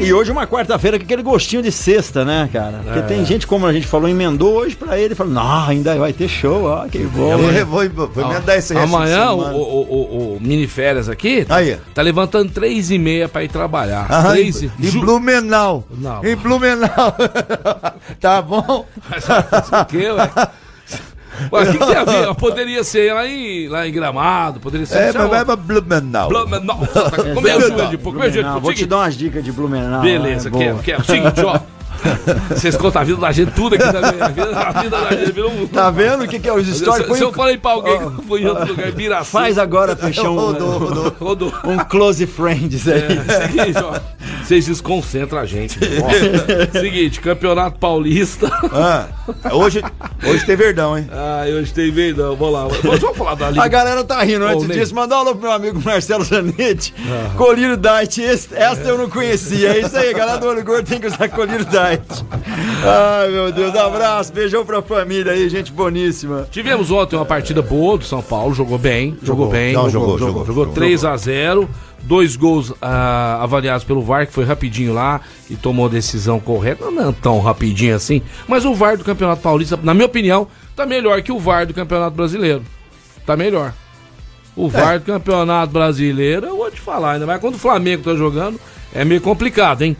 E hoje é uma quarta-feira com aquele gostinho de sexta, né, cara? Porque É. tem gente, como a gente falou, emendou hoje pra ele, falou, não, ainda vai ter show, ó, que bom. Eu vou, vou, vou emendar esse resto de Amanhã, o, semana. o, o, o mini férias aqui tá, Aí. tá levantando três e meia pra ir trabalhar. Ah, em, três e... em Blumenau. Não. Em Blumenau. tá bom? O quê, ué? Ué, o que, que tem a ver? Ela Poderia ser lá em, lá em Gramado, poderia ser... É, sei lá mas vai onde. pra tá? Blumenau. Blumenau. Como é o joelho de porco? Como é o joelho de Blumenau, porco? vou te Seguinte, dar umas dicas de Blumenau. Beleza, é quer, boa. quer. Seguinte, ó. Vocês contam a vida da gente tudo aqui também. A vida, a vida da gente virou um... Tá vendo o que, que é os Se, stories? se Põe eu um- falei pra alguém que eu fui em outro lugar, Biraci. Faz agora, Peixão, Rodou, rodou. Rodou. um close friends aí. É, seguinte, ó. Vocês desconcentram a gente. meu. Ó, seguinte, Campeonato Paulista. Ah, É. hoje, hoje tem verdão, hein? Ah, eu gostei bem, não. Vamos lá. Vamos, vamos falar da Liga. A galera tá rindo antes Ô, Ney. Ah. disso. Mandar um alô pro meu amigo Marcelo Zanetti. Colírio Diet, esse- essa eu não conhecia. É isso aí, a galera do Olho Gordo tem que usar Colírio Diet. Ai, meu Deus, abraço, beijão pra família aí, gente boníssima. Tivemos ontem uma partida boa do São Paulo, jogou bem, jogou, bem. Não, jogou, jogou, Jogou jogou. 3 a 0 dois gols ah, avaliados pelo VAR, que foi rapidinho lá e tomou a decisão correta. Não, não é tão rapidinho assim, mas o VAR do Campeonato Paulista, na minha opinião, tá melhor que o VAR do Campeonato Brasileiro. Tá melhor. É. O VAR do Campeonato Brasileiro, eu vou te falar, ainda mais quando o Flamengo tá jogando, é meio complicado, hein?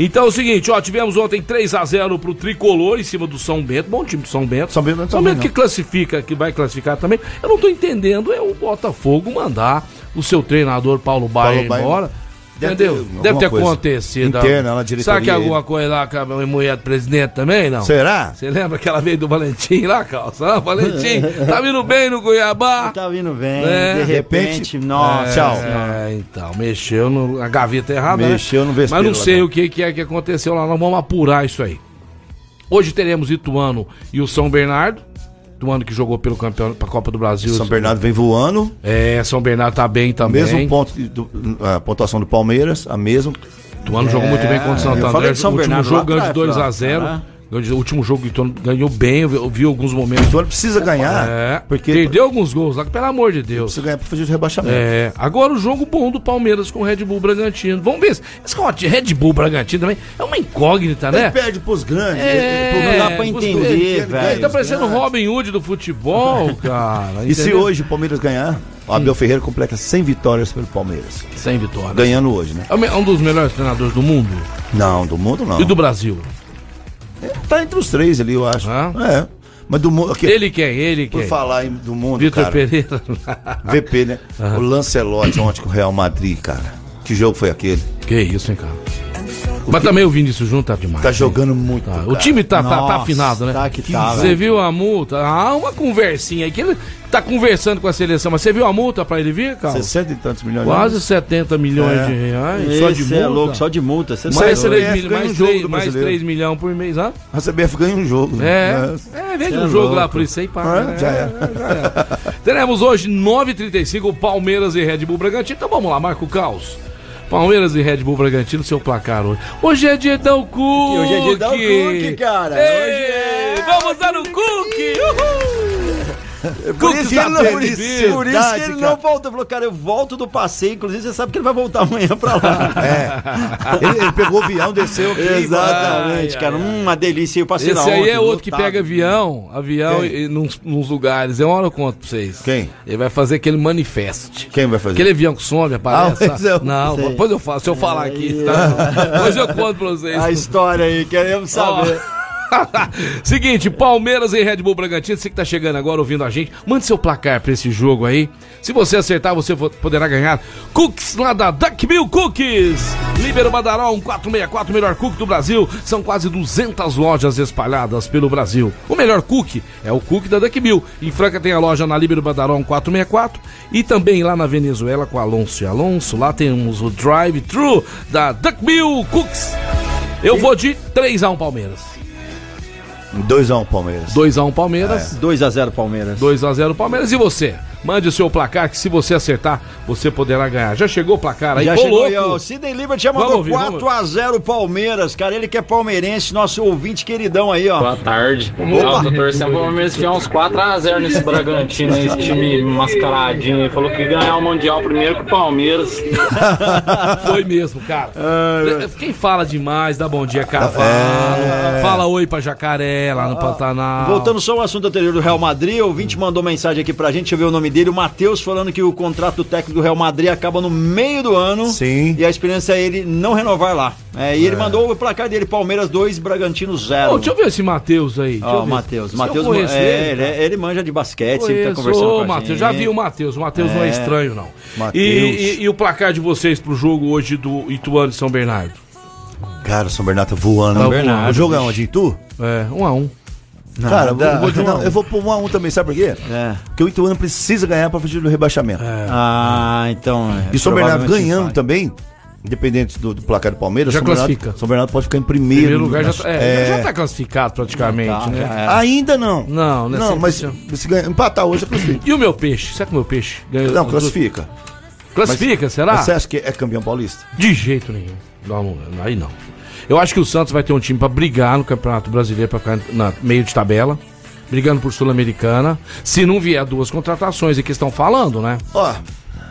Então é o seguinte, ó, tivemos ontem 3 a 0 pro Tricolor em cima do São Bento, bom time do São Bento. São Bento não é São tão Bento ruim, que classifica, que vai classificar também. Eu não tô entendendo, é o Botafogo mandar o seu treinador Paulo Baia Baia. embora. Deve entendeu? ter Deve ter alguma coisa acontecido. interna lá, Será que é diretoria. alguma coisa lá com a minha mulher do presidente também, não? Será? Você lembra que ela veio do Valentim lá, calça? Ah, Valentim, tá vindo bem no Cuiabá. Tá vindo bem, É, de de repente, repente, nossa. é, Tchau. É, então, mexeu no, a gaveta errada. né? Mexeu no Mas vespeiro não lá sei dentro. o que, que é que aconteceu lá, nós vamos apurar isso aí. Hoje teremos Ituano e o São Bernardo. Ituano que jogou pelo campeão pra Copa do Brasil. São Bernardo vem voando. É, São Bernardo tá bem também. Mesmo ponto, que do, a pontuação do Palmeiras, a mesma. Ituano jogou um muito bem contra o Santo eu falei André. de São o último Bernardo lá jogo ganhou de atrás, 2 a Flávio, 0 né? Ganhou de- O último jogo que o Ituano ganhou bem, eu vi, eu vi alguns momentos. O ano precisa ganhar. É, porque perdeu alguns gols lá, que, pelo amor de Deus. precisa ganhar pra fazer o rebaixamento. É, agora o jogo bom do Palmeiras com o Red Bull Bragantino. Vamos ver. se- Esse rote Red Bull Bragantino também é uma incógnita, Ele né? perde pros grandes. É, ele- Não dá pra os entender, dois- Ele velho. tá parecendo o Robin Hood do futebol, cara. E se entendeu? hoje o Palmeiras ganhar, o Abel Ferreira completa 100 vitórias pelo Palmeiras. Sem vitória. Ganhando hoje, né? É o me- é um dos melhores treinadores do mundo Não, do mundo não. e do Brasil. Tá entre os três ali, eu acho. Ah. É. Mas do mundo. aqui, Ele quem? é, Ele Por quem? falar em- do mundo, Vitor cara. Pereira. VP, né? O Lancelotti ontem com o Real Madrid, cara. Que jogo foi aquele? que isso, hein, cara? Mas também o Vinícius Júnior tá demais. Tá hein? jogando muito. cara. O time tá, tá, tá Nossa, afinado, né? tá que tá, Você velho. viu a multa? Ah, uma conversinha aí que ele tá conversando com a seleção, mas você viu a multa pra ele vir, cara? 60 e tantos milhões de Quase euros. 70 milhões É. de reais, Esse só de multa. é louco, só de multa. Você tá mais Mas doido. ele- 3, CBF ganha um jogo do mais brasileiro. 3 milhões por mês, ah? A CBF ganha um jogo. né? É, É. é, vende Cê é um jogo louco. lá por isso aí, pá. Ah, já é. Teremos hoje 9h35, Palmeiras e Red Bull Bragantino. Então vamos lá, Marco Caos. Palmeiras e Red Bull Bragantino, seu placar hoje. Hoje é dia do Cuque. Hoje é dia do Cuque, cara. Ei, Hoje é- Vamos dar um Cuque. Por Uhul. isso, Cuque que tá ele, não- por, feliz. isso, por isso que ele cara. não voltou. Falou, cara, eu volto do passeio. Inclusive, você sabe que ele vai voltar amanhã pra lá. É. Ele, ele pegou o avião, desceu aqui. Exatamente, cara. Uma delícia. Eu passei na Esse aí ontem, é outro que lotado. pega avião, avião Quem? e, e nos, nos lugares. É uma hora eu conto pra vocês. Quem? Ele vai fazer aquele manifeste. Quem vai fazer? Aquele avião que some, aparece. Ah, mas eu- sabe? Não, Sei. depois eu falo, se eu falar aqui, tá? Depois eu conto pra vocês. A história aí, queremos Ó. saber. Seguinte, Palmeiras e Red Bull Bragantino, você que tá chegando agora ouvindo a gente, mande seu placar pra esse jogo aí. Se você acertar, você vo- poderá ganhar cookies lá da Duck Bill Cookies. Libero Badaró, 1464, o melhor cookie do Brasil. São quase 200 lojas espalhadas pelo Brasil. O melhor cookie é o cookie da Duck Bill. Em Franca tem a loja na Libero Badaró, 1464 e também lá na Venezuela com Alonso e Alonso. Lá temos o drive-thru da Duck Bill Cookies. Eu vou de 3x1 Palmeiras. 2x1 Palmeiras. 2x1 Palmeiras, É. 2x0 Palmeiras. 2x0 Palmeiras. E você? Mande o seu placar, que se você acertar, você poderá ganhar. Já chegou o placar aí, Já Ô, chegou louco. aí, ó. O Sidney Liberty já mandou Vamos ouvir, vamos 4x0 Palmeiras. Cara, ele que é palmeirense, nosso ouvinte queridão aí, ó. Boa tarde. Opa. Eu tô torcendo pro Palmeiras enfiar uns 4x0 nesse Bragantino, esse time mascaradinho. aí. Falou que ia ganhar o Mundial primeiro que o Palmeiras. Foi mesmo, cara. É, Quem fala demais, dá bom dia, É. cavalo. Fala oi pra jacaré lá no Ah. Pantanal. Voltando só ao assunto anterior do Real Madrid, o ouvinte mandou mensagem aqui pra gente, deixa eu ver o nome dele, o Matheus, falando que o contrato do técnico do Real Madrid acaba no meio do ano. Sim. E a experiência é ele não renovar lá. É, e ele É. mandou o placar dele, Palmeiras 2, Bragantino 0. Ô, deixa eu ver esse Matheus aí. Ó, o Matheus. Matheus é, é, ele, é- ele manja de basquete, sempre tá conversando com a gente. Matheus, já vi o Matheus. O Matheus não é É. estranho, não. Matheus. E, e- e o placar de vocês pro jogo hoje do Ituano e São Bernardo? Cara, o São Bernardo tá voando. Tá O- voando, o jogo é bicho. onde? Em Tu? É, um a um. Cara, eu vou- Nada. eu vou, de um a Não. um. eu vou pôr um a um também, sabe por quê? É. Porque o Ituano precisa ganhar pra fugir do rebaixamento. É. Ah, então. é, E o São Bernardo provavelmente ganhando também, independente do, do placar do Palmeiras, Já São Bernardo- classifica. São Bernardo pode ficar em primeiro. Primeiro lugar já nas- tá, é, já tá classificado praticamente, Tá, né? já era. Ainda não. Não, né? Não, Sempre mas tinha- se ganhar, empatar hoje é classifica. E o meu peixe? Será que o meu peixe ganhou? Não, classifica. Classifica, Mas- será? mas Você acha que é campeão paulista? De jeito nenhum. Não, não, aí não. Eu acho que o Santos vai ter um time pra brigar no Campeonato Brasileiro pra ficar na meio de tabela, brigando por Sul-Americana. Se não vier duas contratações é que estão falando, né? Ó.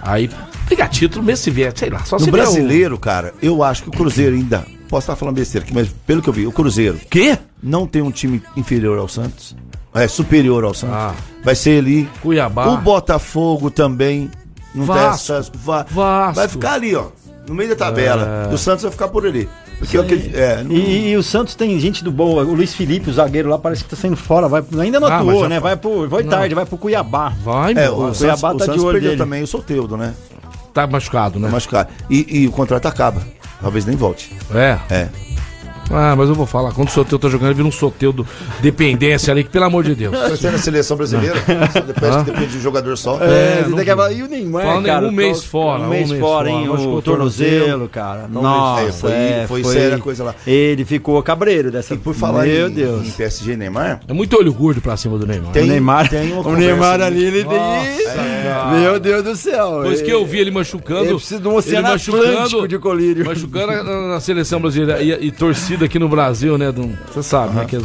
Aí briga título mesmo se vier, sei lá, só se no vier o- brasileiro, cara, eu acho que o Cruzeiro ainda. Posso estar falando besteira aqui, mas pelo que eu vi, o Cruzeiro. Quê? Não tem um time inferior ao Santos. É superior ao Santos. Vai ser ali. Cuiabá. O Botafogo também. Não Vasco. tem essas. Va Vasco. Vai ficar ali, ó. No meio da tabela. É. E O Santos vai ficar por ali. Porque eu acredito- é, não- E, e o Santos tem gente do bom. O Luiz Felipe, o zagueiro lá, parece que tá saindo fora. Vai, ainda não Ah, mas atuou, já né? Vai pro, foi Não. tarde, vai pro Cuiabá. Vai, É, o, Santos, Cuiabá o tá de Santos olho perdeu dele. também o Soteudo, né? Tá machucado, né? Tá machucado. E, e o contrato acaba. Talvez nem volte. É. É. Ah, mas eu vou falar, quando o Soteu tá jogando, ele vira um Soteu do dependência ali, que pelo amor de Deus. Vai ser na seleção brasileira, só depois Hã? que depende de um jogador só. É, você tem que falar, e o Neymar, Falando em cara? um mês Tô- fora, Um mês fora, hein? machucou O tornozelo, cara. Não, Nossa, é, foi- é, foi séria a coisa lá. Ele ficou cabreiro dessa... Por falar Meu em, Deus. em PSG e Neymar, É muito olho gordo pra cima do Neymar. tem, O Neymar- tem uma o conversa Neymar ali, ele tem- Meu Deus do céu. Pois que eu vi ele machucando. Ele precisa de um oceano ele Atlântico de colírio. Machucando a- na, na seleção brasileira e, e torcida aqui no Brasil, né? Dum? Você sabe, né? Que as-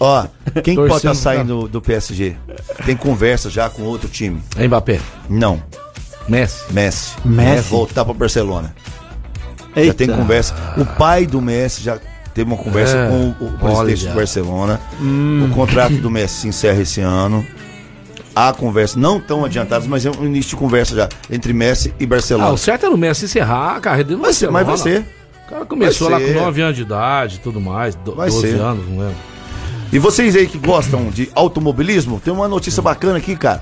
Ó, quem que pode Torcendo, estar tá? saindo do PSG? Tem conversa já com outro time. Mbappé. Não. Messi. Messi. Messi? Vai voltar para Barcelona. Já Eita. tem conversa. O pai do Messi já teve uma conversa É, com o, o presidente olha. do Barcelona. Hum. O contrato do Messi se encerra esse ano. Há conversa, não tão adiantados, mas é um início de conversa já entre Messi e Barcelona. Ah, o certo era o Messi encerrar a carreira dele. no Vai ser, mas vai Barcelona. ser. O cara começou Vai lá ser. com 9 anos de idade e tudo mais. do- Vai 12 ser. anos, não lembro. E vocês aí que gostam de automobilismo, tem uma notícia bacana aqui, cara.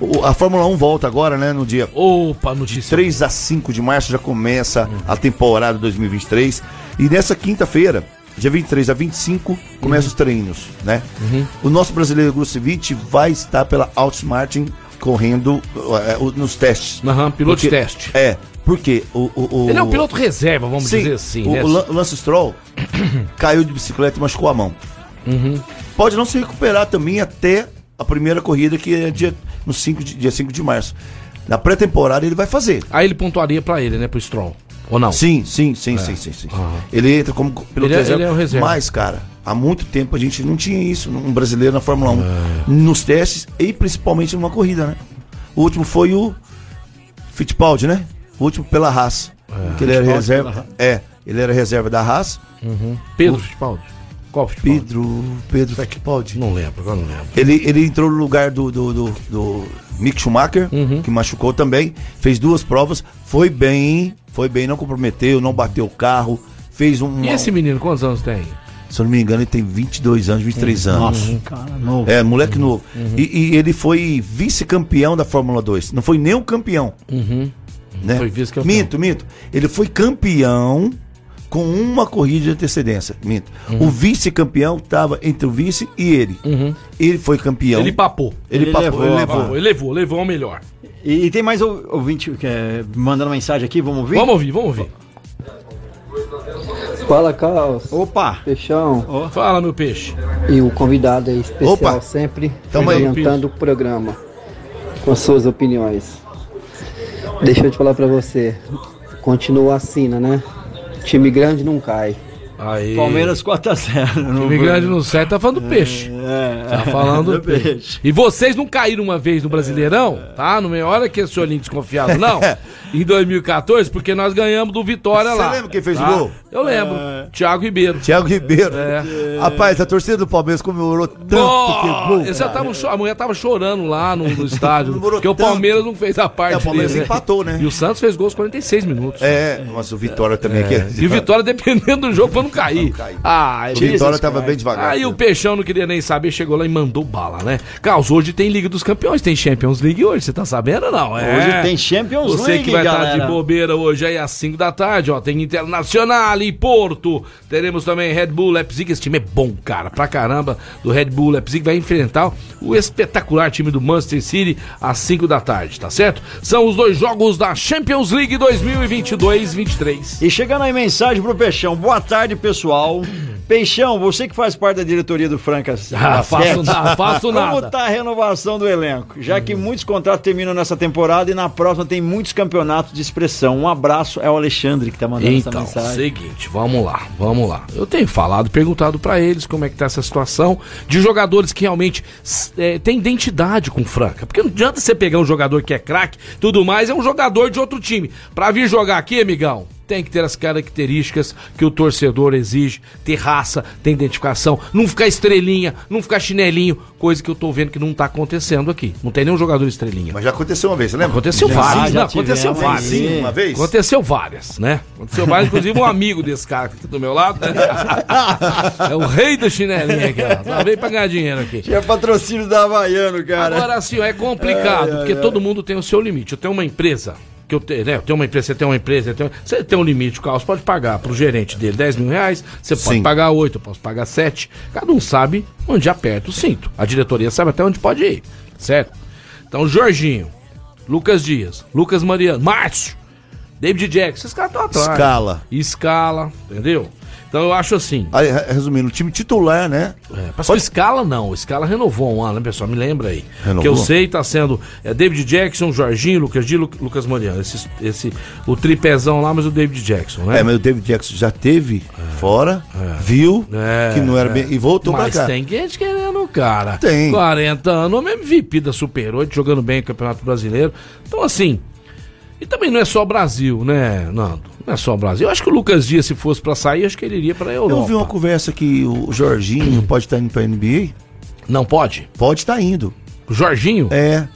O- a Fórmula 1 volta agora, né, no dia Opa, notícia. De 3 a 5 de março já começa a temporada 2023. E nessa quinta-feira, dia 23 a 25, começam os treinos, né? Uhum. O nosso brasileiro Grusevich vai estar pela Martin correndo eh, o- nos testes. Aham, piloto de Porque- teste. É, porque o... o- o- Ele é um piloto reserva, vamos Sim, dizer assim. o, né? o Lan- o Lance Stroll caiu de bicicleta e machucou a mão. Uhum. Pode não se recuperar também até a primeira corrida, que é dia, no 5 de, dia 5 de março. Na pré-temporada ele vai fazer. Aí ele pontuaria pra ele, né? Pro Stroll. Ou não? Sim, sim, sim, É. sim, sim, sim. Ah. Ele entra como piloto Ele é- reserva. ele é o reserva. Mas, cara, há muito tempo a gente não tinha isso, um brasileiro na Fórmula 1. É. Nos testes e principalmente numa corrida, né? O último foi o Fittipaldi, né? O último pela Haas. Que ele era É. Fittipaldi reserva. pela Haas. É, ele era reserva da Haas. Pedro Fittipaldi. Qual Fittipaldi? Pedro. Pedro Fittipaldi. Não lembro, agora não lembro. Ele, ele entrou no lugar do, do, do, do Mick Schumacher, Uhum. que machucou também. Fez duas provas, foi bem, foi bem, não comprometeu, não bateu o carro. Fez um. E esse menino, quantos anos tem? Se eu não me engano, ele tem 22 anos, 23 Uhum. anos. Nossa, cara, novo. É, moleque novo. Uhum. E, e ele foi vice-campeão da Fórmula 2. Não foi nem um campeão. Né? Uhum. Foi é é vice-campeão. Minto, minto. Ele foi campeão com uma corrida de antecedência. Minto. Uhum. O vice-campeão estava entre o vice e ele. Ele foi campeão. Ele papou. Ele, é. papou, ele papou. levou. Ele levou, levou ao melhor. E, e tem mais ou- ouvinte que, é, mandando mensagem aqui, vamos ouvir? Vamos ouvir, vamos ouvir. Fala, Carlos. Opa! Peixão. Fala, meu peixe. E o convidado aí especial Opa. sempre Tamo aí. orientando o programa. com as suas opiniões. Deixa eu te falar pra você. Continua assina, né? Time grande não cai. Aí. Palmeiras 4x0. O time grande no céu tá falando peixe. É, tá falando do peixe. E vocês não caíram uma vez no Brasileirão, tá? Não é hora que esse olhinho desconfiado, não. em 2014, porque nós ganhamos do Vitória Você lá. lembra quem fez o tá? gol? É. Eu lembro. Thiago Ribeiro. Thiago Ribeiro. É. Rapaz, a torcida do Palmeiras comemorou tanto que é Oh, gol. eles já tavam cho- a mulher tava chorando lá no, no estádio. porque o tanto. Palmeiras não fez a parte É, o Palmeiras dele, né? empatou, né? E o Santos fez gols 46 minutos. É, nossa, o Vitória também aqui. E o Vitória dependendo do jogo pra não cair. Ah, O Vitória tava bem devagar. Aí o Peixão não queria nem saber, chegou lá e mandou bala, né? Carlos, hoje tem Liga dos Campeões, tem Champions League hoje, você tá sabendo ou não? Hoje tem Champions Você League, que vai estar galera. de bobeira hoje aí às 5 da tarde, ó, tem Internacional e Porto. Teremos também Red Bull Leipzig, esse time é um bom, cara, pra caramba, do Red Bull Leipzig vai enfrentar o espetacular time do Manchester City às 5 da tarde, tá certo? São os dois jogos da Champions League 2022-23. E chegando aí mensagem pro Peixão. Boa tarde, pessoal. Peixão, você que faz parte da diretoria do Franca. Ah, faço Basquete, nada, faço Como nada. Hum. tá a renovação do elenco? Já que muitos contratos terminam nessa temporada e na próxima tem muitos campeonatos de expressão. Um abraço, é o Alexandre que tá mandando essa Então, mensagem. seguinte, vamos lá, vamos lá. Eu tenho falado, perguntado pra eles como é que tá essa situação de jogadores que realmente s- eh, têm identidade com o Franca. Porque não adianta você pegar um jogador que é craque, tudo mais, é um jogador de outro time. Pra vir jogar aqui, amigão, tem que ter as características que o torcedor exige, ter raça, ter identificação, não ficar estrelinha, não ficar chinelinho, coisa que eu tô vendo que não tá acontecendo aqui. Não tem nenhum jogador estrelinha. Mas já aconteceu uma vez, você lembra? Aconteceu Já, Ah, várias, já não, aconteceu tivemos, várias. sim, uma vez? Aconteceu várias, né? Aconteceu várias, inclusive um amigo desse cara que tá do meu lado. né? É o rei do chinelinho aqui, ó. Só veio pra ganhar dinheiro aqui. Tinha é patrocínio da Havaiano, cara. Agora assim, ó, é complicado, Ai, ai, porque ai. todo mundo tem o seu limite. Eu tenho uma empresa. Que eu, tenho, né? eu tenho uma empresa, você tem uma empresa, eu tenho- você tem um limite, o Carlos pode pagar pro gerente dele 10 mil reais, você pode Sim. pagar 8, eu posso pagar 7. Cada um sabe onde aperta o cinto. A diretoria sabe até onde pode ir, certo? Então, Jorginho, Lucas Dias, Lucas Mariano, Márcio, David Jackson, esses caras estão atrás. Escala. Escala, entendeu? Então eu acho assim. Aí, re- resumindo, o time titular, né? É, Passou escala, não. O Escala renovou um ano, né, pessoal? Me lembra aí. Renovou? Que eu sei, tá sendo é, David Jackson, Jorginho, Lucas Di, Lu- Lucas Mariano. Esse, esse, o tripezão lá, mas o David Jackson, né? É, mas o David Jackson já teve fora, viu É, que não era é. bem. E voltou Mas pra cá. tem gente querendo o cara. Tem. 40 anos, homem MVP da Super 8, jogando bem o Campeonato Brasileiro. Então, assim. E também não é só o Brasil, né, Nando? Não é só o Brasil. Eu acho que o Lucas Dias, se fosse pra sair, acho que ele iria pra Europa. Eu vi uma conversa que o Jorginho pode estar indo pra NBA. Não pode? Pode estar indo. O Jorginho? É.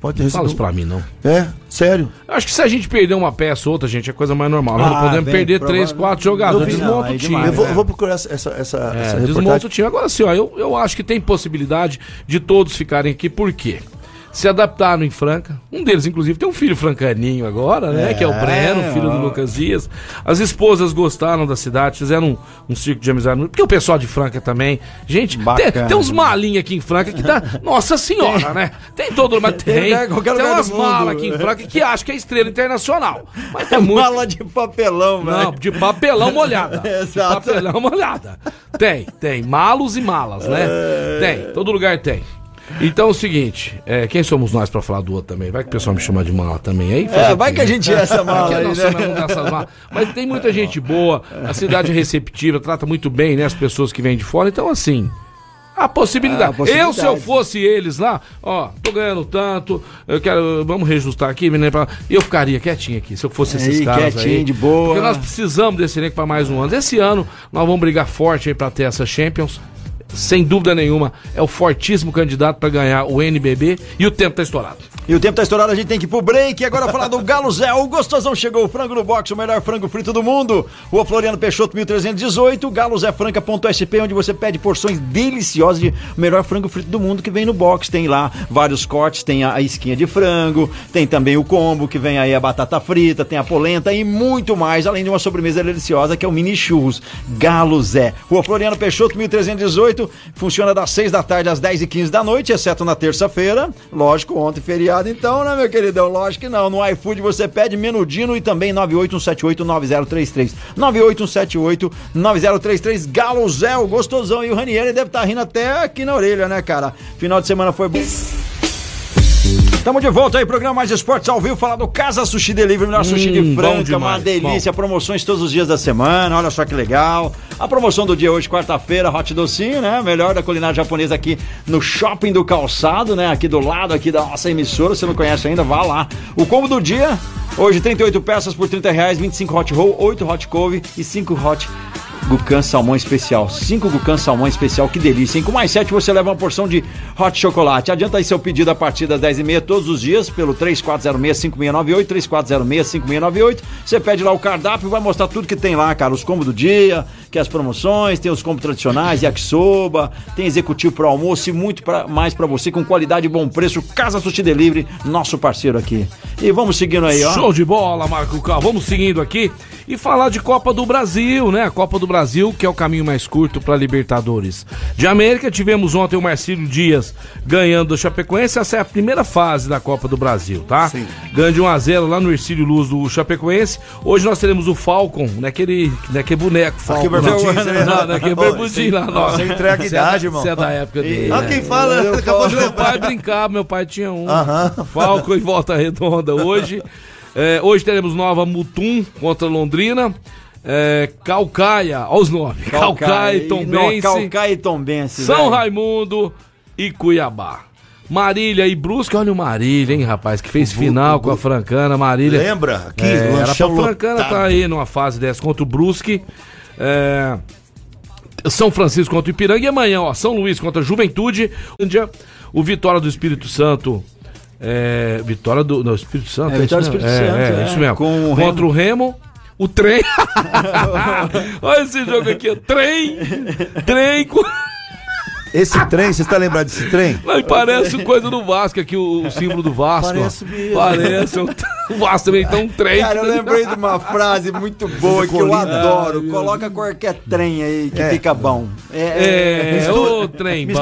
Pode Não fala receber. isso pra mim, não. É, sério. Eu Acho que se a gente perder uma peça ou outra, gente, é coisa mais normal. Nós Ah, não podemos bem, perder provável. três, quatro jogadores. Eu vi, Desmonta não, o é time. Ah, demais. Eu vou, né? eu vou procurar essa, essa, essa, É, essa um desmonta reportagem. o time. Agora sim, assim, ó, eu, eu acho que tem possibilidade de todos ficarem aqui, por quê? Se adaptaram em Franca. Um deles, inclusive, tem um filho francaninho agora, né? É, que é o Breno, filho do ó. Lucas Dias. As esposas gostaram da cidade, fizeram um, um circo de amizade. Porque o pessoal de Franca também. Gente, tem, Bacana. tem uns malinhos aqui em Franca que dá. Nossa Senhora, né? Tem todo mas Tem tem. lugar- qualquer Tem lugar umas do mundo. É malas aqui em Franca que acha que é estrela internacional. Mas tem muito. Mala de papelão, velho. Não, de papelão molhada. Exato. De papelão molhada. Tem, tem. Malos e malas, né? É. Tem, todo lugar tem. Então é o seguinte, é, quem somos nós pra falar do outro também? Vai que o pessoal me chama de mala também aí? fazer É, vai o que quê, a né? gente é essa mala Aqui é aí, nosso né? nome, nossas malas. Mas tem muita gente boa, a cidade é receptiva, trata muito bem né, as pessoas que vêm de fora. Então, assim, a possibilidade. Ah, a possibilidade. Eu, se eu fosse eles lá, ó, tô ganhando tanto, eu quero, vamos reajustar aqui, menino, pra- eu ficaria quietinho aqui, se eu fosse esses É Aí, caras quietinho, aí. de boa. Porque nós precisamos desse elenco pra mais um ano. Esse ano, nós vamos brigar forte aí pra ter essa Champions. Sem dúvida nenhuma, é o fortíssimo candidato pra ganhar o NBB e o tempo tá estourado. E o tempo tá estourado, a gente tem que ir pro break. E agora falar do Galo Zé. O gostosão chegou, o frango no box, o melhor frango frito do mundo. Rua Floriano Peixoto, 1318, galozefranca.sp, onde você pede porções deliciosas de o melhor frango frito do mundo que vem no box. Tem lá vários cortes, tem a a esquinha de frango, tem também o combo, que vem aí a batata frita, tem a polenta e muito mais, além de uma sobremesa deliciosa, que é o mini churros. Galo Zé. Rua Floriano Peixoto, 1318, funciona das 6 da tarde às 10 e 15 da noite, exceto na terça-feira. Lógico, ontem feriado, então, né, meu queridão? Lógico que não. No iFood você pede Menudino e também 98178-9033. 98178-9033. Galo Zé, o tá gostosão. E o Ranieri deve estar rindo até aqui na orelha, né, cara? Final de semana foi bom. Estamos de volta aí, programa Mais Esportes ao vivo, falar do Casa Sushi Delivery, melhor sushi de Hum, bom Franca, uma demais, delícia, promoções todos os dias da semana, olha só que legal. A promoção do dia hoje, quarta-feira, Hot Docinho, né? Melhor da culinária japonesa aqui no Shopping do Calçado, né? Aqui do lado, aqui da nossa emissora, se não conhece ainda, vá lá. O combo do dia, hoje 38 peças por 30 reais, 25 hot roll, 8 hot couve e 5 hot Gucan Salmão Especial. Cinco Gucan Salmão Especial, que delícia, hein? Com mais sete você leva uma porção de hot chocolate. Adianta aí seu pedido a partir das 10h30 todos os dias pelo 3406-5698, 3406-5698. Você pede lá o cardápio, vai mostrar tudo que tem lá, cara. Os combos do dia, que é as promoções, tem os combos tradicionais, yakisoba, tem executivo pro almoço e muito pra- mais pra você, com qualidade e bom preço. Casa Sushi Delivery, nosso parceiro aqui. E vamos seguindo aí, ó. Show de bola, Marco Cal. Vamos seguindo aqui e falar de Copa do Brasil, né? A Copa do Brasil, que é o caminho mais curto para Libertadores. De América, tivemos ontem o Marcílio Dias ganhando do Chapecoense. Essa é a primeira fase da Copa do Brasil, tá? Sim. Ganha de 1x0 lá no Ercílio Luz do Chapecoense. Hoje nós teremos o Falcon, né? Aquele, né? Que boneco, Falcon. Aquele barbudinho, né? Não, não, aquele Ô, barbudinho lá, você- nossa. você entrega a Cê é da- idade, irmão. tá cê é da época dele. Olha né? quem fala, Eu- acabou de Meu pai lembrar. brincava, meu pai tinha um. Falco e Volta Redonda hoje. É, hoje teremos Nova Mutum contra Londrina. É, Calcaia, olha os nomes. Calcaia, e Tombense. Calcaia né? e Tombense. São velho. Raimundo e Cuiabá. Marília e Brusque, olha o Marília, hein, rapaz, que fez final com a Francana, Marília. Lembra? Aqui, é, era pra lanchão Francana lotado. tá aí numa fase dessa contra o Brusque. É, São Francisco contra o Ipiranga e amanhã, ó, São Luís contra a Juventude. O Vitória do Espírito Santo. é, vitória do, não, Espírito Santo. É, Vitória do isso mesmo? Espírito Santo, É, é, é. isso mesmo. Com o contra o Remo. O trem. Olha esse jogo aqui. ó. Trem. Trem. com- tá. Esse trem, você está lembrado desse trem? Mas parece coisa do Vasco aqui, o, o símbolo do Vasco. ó. Parece mesmo. Parece. um- O Vasco também tem um trem. Cara, eu lembrei de uma frase muito boa que eu Colina. adoro. Coloca qualquer trem aí que fica bom. É, ô trem bom.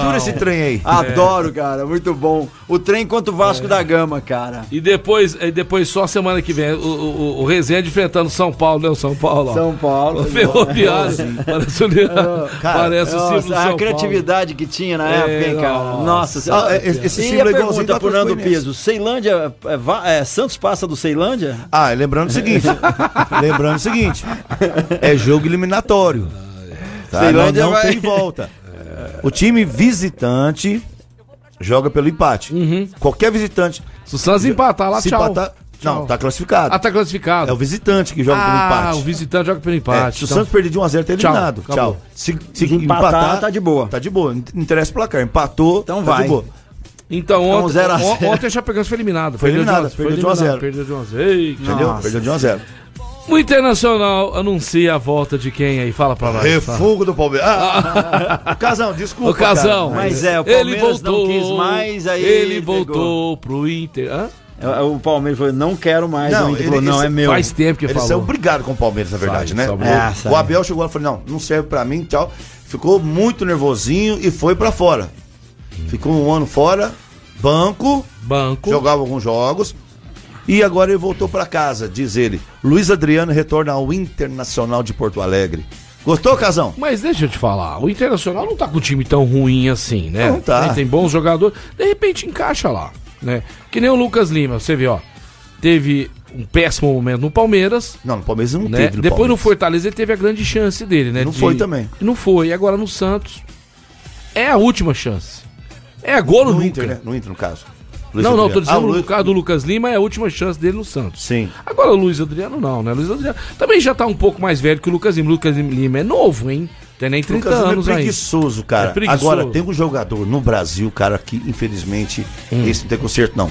Adoro, cara. Muito bom. O trem contra o Vasco da Gama, cara. E depois, e depois só semana que vem, o, o, o Rezende enfrentando São Paulo, né? O São Paulo. ó. São Paulo. O Ferroviário. parece o, Cara, parece o símbolo do nossa, São a criatividade que tinha na É, época, hein, cara? Nossa, nossa. ah, Esse- esse e símbolo a é igualzinho pergunta da pro Nando Corinthians. Piso, Ceilândia, é, va- é, Santos passa do Ceilândia? Ah, lembrando o seguinte. lembrando o seguinte. É jogo eliminatório. Tá? Ceilândia não não vai- tem volta. O time visitante joga pelo empate. Qualquer visitante. Se o Santos empatar lá, se Ah, tchau. empatar- Tchau. Não, tá classificado. Ah, tá classificado. É o visitante que joga pelo Ah, empate. o visitante joga pelo É, empate. se o então. Santos perder de 1x0, tá Tchau, eliminado. Tchau. acabou. Se, se Se empatar, empatar, tá de boa. Tá de boa. Não interessa o placar. Empatou, então tá vai. de boa. Então, Então, ontem, zero a on- zero. ontem a Chapecoense foi eliminada. Foi eliminada, Foi perdeu de um a eliminada, zero. Perdeu de 1 a 0. Entendeu? Perdeu de 1x0. O Internacional anuncia a volta de quem aí? Fala pra nós. Refugo do Palmeiras. Ah, Casão, desculpa. Ô, Casão, cara. Mas é, o ele Palmeiras não voltou, quis mais, aí ele pegou. voltou pro Inter. Hã? é, O o Palmeiras falou, não quero mais. o Inter falou, não, é meu. faz tempo que eles falou. são brigados com o Palmeiras, na verdade, Sai, né? sai, É, sai. sai. o Abel chegou lá e falou: não, não serve pra mim, tchau. Ficou muito nervosinho e foi pra fora. Hum. Ficou um ano fora, banco, banco, jogava alguns jogos. E agora ele voltou pra casa, diz ele. Luiz Adriano retorna ao Internacional de Porto Alegre. Gostou, Casão? Mas deixa eu te falar, o Internacional não tá com um time tão ruim assim, né? Não tá. Ele Tem bons jogadores, de repente encaixa lá, né? Que nem o Lucas Lima, você vê, ó, teve um péssimo momento no Palmeiras. Não, no Palmeiras não né? teve. Depois no Fortaleza ele teve a grande chance dele, né? Não foi também. Não foi, e agora no Santos é a última chance. É agora ou no nunca. Inter, né? No Inter, no caso. Luiz não, não, tô Adriano. dizendo Ah, o no Luiz- caso do Lucas Lima é a última chance dele no Santos. Sim. Agora o Luiz Adriano não, né? Luiz Adriano também já tá um pouco mais velho que o Lucas Lima. O Lucas Lima é novo, hein? Tem nem 30 Lucas Lima anos é aí. preguiçoso, cara. É preguiçoso. Agora, tem um jogador no Brasil, cara, que infelizmente esse não tem conserto, não.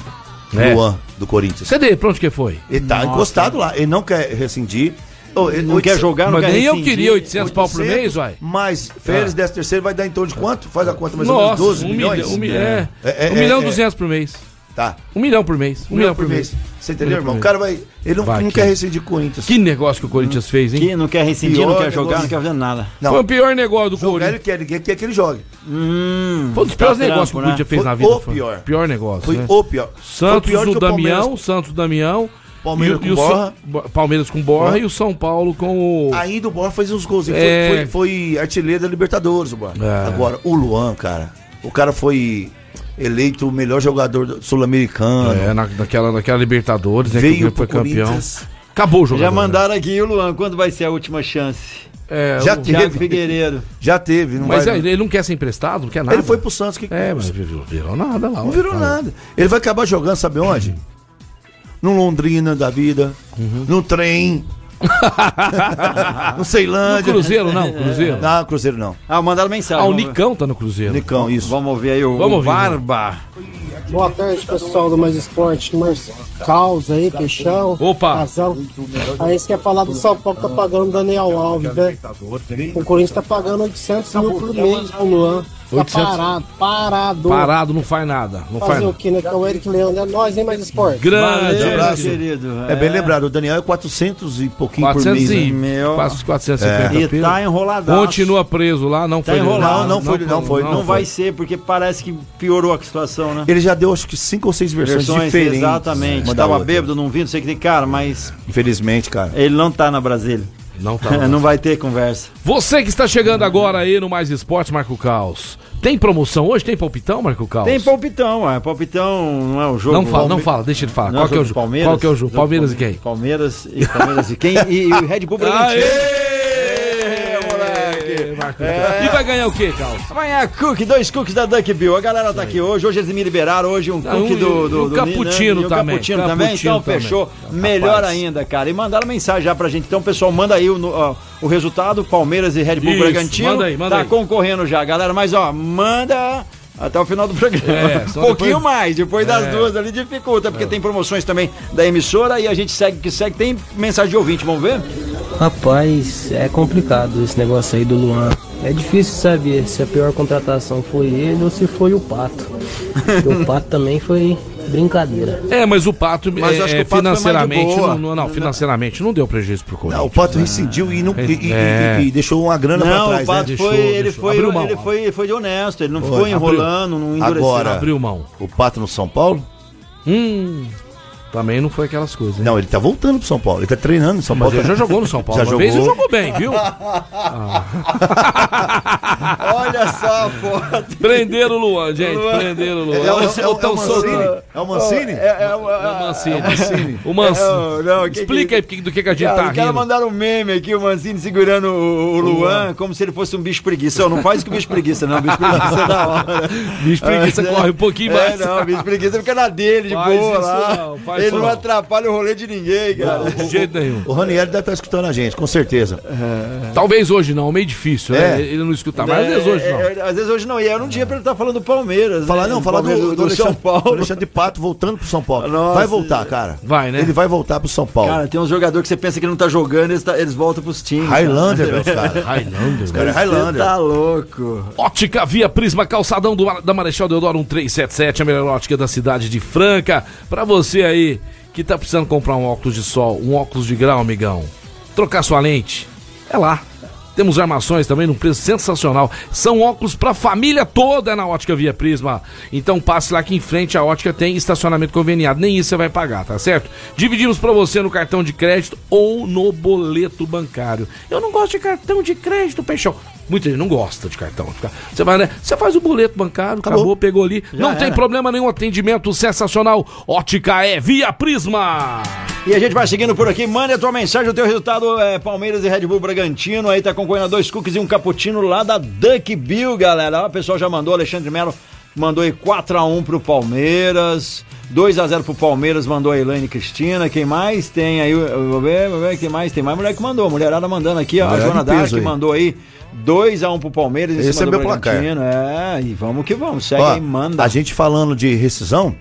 Hum. É. Luan, do Corinthians. Cadê? Pra onde que foi? Ele tá encostado lá. Ele não quer rescindir. Ô, ele- Não oitocentos- quer jogar, não Mas quer nem eu rescindir. queria 800 pau por mês, uai. Mas férias, Ah. 10 terceiro vai dar em torno de quanto? Faz a conta mais ou menos Nossa, 12 um milhões? milhão, um mi- é. É, é, Um milhão é, e é. 200 por mês. Tá. Um milhão por mês. Um, milhão, por mês. Você entendeu, Um irmão? milhão O por cara mês. vai. Ele não, Vai, não que- quer rescindir Corinthians. Que negócio que o Corinthians fez, hein? Que não quer rescindir, não Pior quer jogar, negócio. não quer fazer nada. Hum. Não. Foi o pior negócio do Jogar ele Corinthians. quer, ninguém quer que ele jogue. Foi um dos piores Tá negócios que trampo, o né? Corinthians fez Foi na vida. o foi. pior. Pior negócio. Foi né? o pior. Santos Foi pior do que o Damião, Palmeiras. Santos do Damião. Palmeiras e o- e com o Borra. Sa- Bo- Palmeiras com Borra e o São Paulo com o. Ainda o Borra fez uns gols. Ele É. Foi, foi- foi artilheiro da Libertadores, o Borra. É. Agora, o Luan, cara. O cara foi eleito o melhor jogador sul-americano. É, na, naquela, naquela Libertadores, né? que o Veio Grêmio foi pro campeão. Corinthians. Acabou o jogo. Já mandaram aqui, o Luan, quando vai ser a última chance? É, Já o- teve. Thiago Figueiredo. Já teve, não Mas vai- ele ele não quer ser emprestado, não quer nada. Ele foi pro Santos, que que É, tem? mas virou, virou nada Uhum. lá. Não ué. virou nada. Ele vai acabar jogando, sabe onde? No Londrina da vida, Uhum. no trem, no Ceilândia. No Cruzeiro, não, Cruzeiro. Não, Cruzeiro não. Ah, mandaram mensagem. Ah, o vamos- Nicão tá no Cruzeiro. Nicão, isso. Vamos ouvir aí o, Vamos o ouvir, Barba. Boa tarde, pessoal do Mais Esporte. Mais Caos aí, Peixão. Opa. Casão. Aí você quer falar do São Paulo que tá pagando o Daniel Alves, né? O Corinthians tá pagando 800 mil por mês pro Luan. Tá 800. parado, parado. Parado, não faz nada. Não faz Fazer o nada. que, né? Que é o Eric Leandro. É nós, hein, Mais Esporte. Grande Valeu, abraço. querido. É bem lembrado, o Daniel é 400 e pouquinho por 400 mês. e né? Meu. quase 450 E tá enroladaço. Continua preso lá, não Tá foi né? enrolado, não foi, não foi, Não, vai ser, porque parece que piorou a situação, né? Ele já deu acho que cinco ou seis versões, diferentes. exatamente. uma da Tava outra. bêbado, não vi, não sei o que tem. Cara, mas Infelizmente, cara. ele não tá na Brasília. Não tá. É, não vai ter conversa. Tá Você que está chegando agora aí no Mais Esportes, Marco Caos. Tem promoção hoje? Tem palpitão, Marco Caos? Tem palpitão, é. Palpitão não é o jogo. Não fala, não Palme- fala, deixa ele falar. Não Qual que é o do jogo? Qual que é o jogo? Palmeiras e do quem? Palmeiras e Palmeiras e quem? E, e o Red Bull Bragantino. Aê, moleque! É. E vai ganhar o quê, Caos? Amanhã, cookie, é, dois cookies da Duck Bill. A galera tá aqui hoje. Hoje eles me liberaram. Hoje um Ah, cookie um- do, e do, um do cappuccino Nino, e um também. cappuccino também. Cappuccino Então, também. Tá, fechou. Rapaz. Melhor ainda, cara. E mandaram mensagem já pra gente. Então, pessoal, manda aí o, no- ó, o resultado: Palmeiras e Red Bull Isso, Bragantino. manda aí, manda tá aí. concorrendo já, galera. Mas, ó, manda. Até o final do programa. É, só Um pouquinho depois- mais. Depois das É. duas ali dificulta, porque tem promoções também da emissora e a gente segue que segue. Tem mensagem de ouvinte, vamos ver? Rapaz, é complicado esse negócio aí do Luan. É difícil saber se a pior contratação foi ele ou se foi o Pato. Porque o Pato também foi brincadeira. É, mas o Pato, Mas é, acho que o Pato foi mais de financeiramente, boa. não, não, não, financeiramente não deu prejuízo pro Corinthians. Não, o Pato rescindiu e, não, e- e- É. e- e deixou uma grana Não, pra trás, o Pato né? foi, ele deixou. foi, Abriu mão, ele ó. foi, foi de honesto, ele não Foi, ficou abriu. enrolando, não endureceu. Agora, Abriu mão. O Pato no São Paulo? Hum, também não foi aquelas coisas, hein? Não, ele tá voltando pro São Paulo. Ele tá treinando no São Mas Paulo. ele já jogou no São Paulo. Já uma vez e jogou. jogou bem, viu? Ah. Olha só a foto. Prenderam o Luan, gente. Prenderam o Luan. É o, Ou- é o, ou é o tão soltando. Mancini? É o Mancini? É, é, uma- O Mancini. O Mancini. Não, não, que- Explica aí porque- do que, que a gente Cara, tá o cara rindo. mandaram um meme aqui, o Mancini segurando o, o Luan como se ele fosse um bicho preguiça. Ô, não faz com o bicho preguiça, não. O bicho preguiça é da hora. Bicho preguiça corre um pouquinho é, mais. não, o bicho preguiça fica na dele, de Faz boa isso lá. não, faz ele isso não, não. atrapalha o rolê de ninguém, cara. De jeito nenhum. O Ranieri deve estar escutando a gente, com certeza. Talvez hoje não, é meio difícil, né? É. Ele não escuta mais, às vezes hoje não. É, é, às vezes hoje não. E era um dia pra ele estar falando do Palmeiras. Falar né? não, falar do, Palmeiras, do, São Alexandre, do Paulo. Alexandre Pato voltando pro São Paulo. Nossa. vai voltar, cara. Vai, né? Ele vai voltar pro São Paulo. Cara, tem uns jogadores que você pensa que não tá jogando, eles, tá, eles voltam pros times. Highlander, meus caras. Highlander, Os caras é Você Highlander. tá louco. Ótica Via Prisma Calçadão do, da Marechal Deodoro 1377, a melhor ótica da cidade de Franca. Pra você aí que tá precisando comprar um óculos de sol, um óculos de grau, amigão, trocar sua lente, é lá. Temos armações também num preço sensacional. São óculos pra família toda na Ótica Via Prisma. Então passe lá que em frente a Ótica tem estacionamento conveniado. Nem isso você vai pagar, tá certo? Dividimos pra você no cartão de crédito ou no boleto bancário. Eu não gosto de cartão de crédito, Peixão. Muita gente não gosta de cartão. Fica- Você vai, né? Você faz o boleto bancário, acabou, pegou ali. não tem problema nenhum, atendimento sensacional. Ótica é Via Prisma. E a gente vai seguindo por aqui. Manda a tua mensagem, o teu resultado é Palmeiras e Red Bull Bragantino. Aí tá concorrendo a dois cookies e um cappuccino lá da Duck Bill, galera. Ó, O pessoal já mandou, Alexandre Melo mandou aí 4x1 pro Palmeiras. 2x0 pro Palmeiras, mandou a Elaine Cristina. Quem mais tem aí? Eu Vou ver, vou ver quem mais tem mais. Mulher que mandou, mulherada mandando aqui, ó. A Mulher de Joana peso Dark aí. mandou aí 2x1 pro Palmeiras em Esse cima é do meu placar. Bragantino. É, e vamos que vamos. Segue Ó, aí, manda. Uhum. A gente falando de rescisão,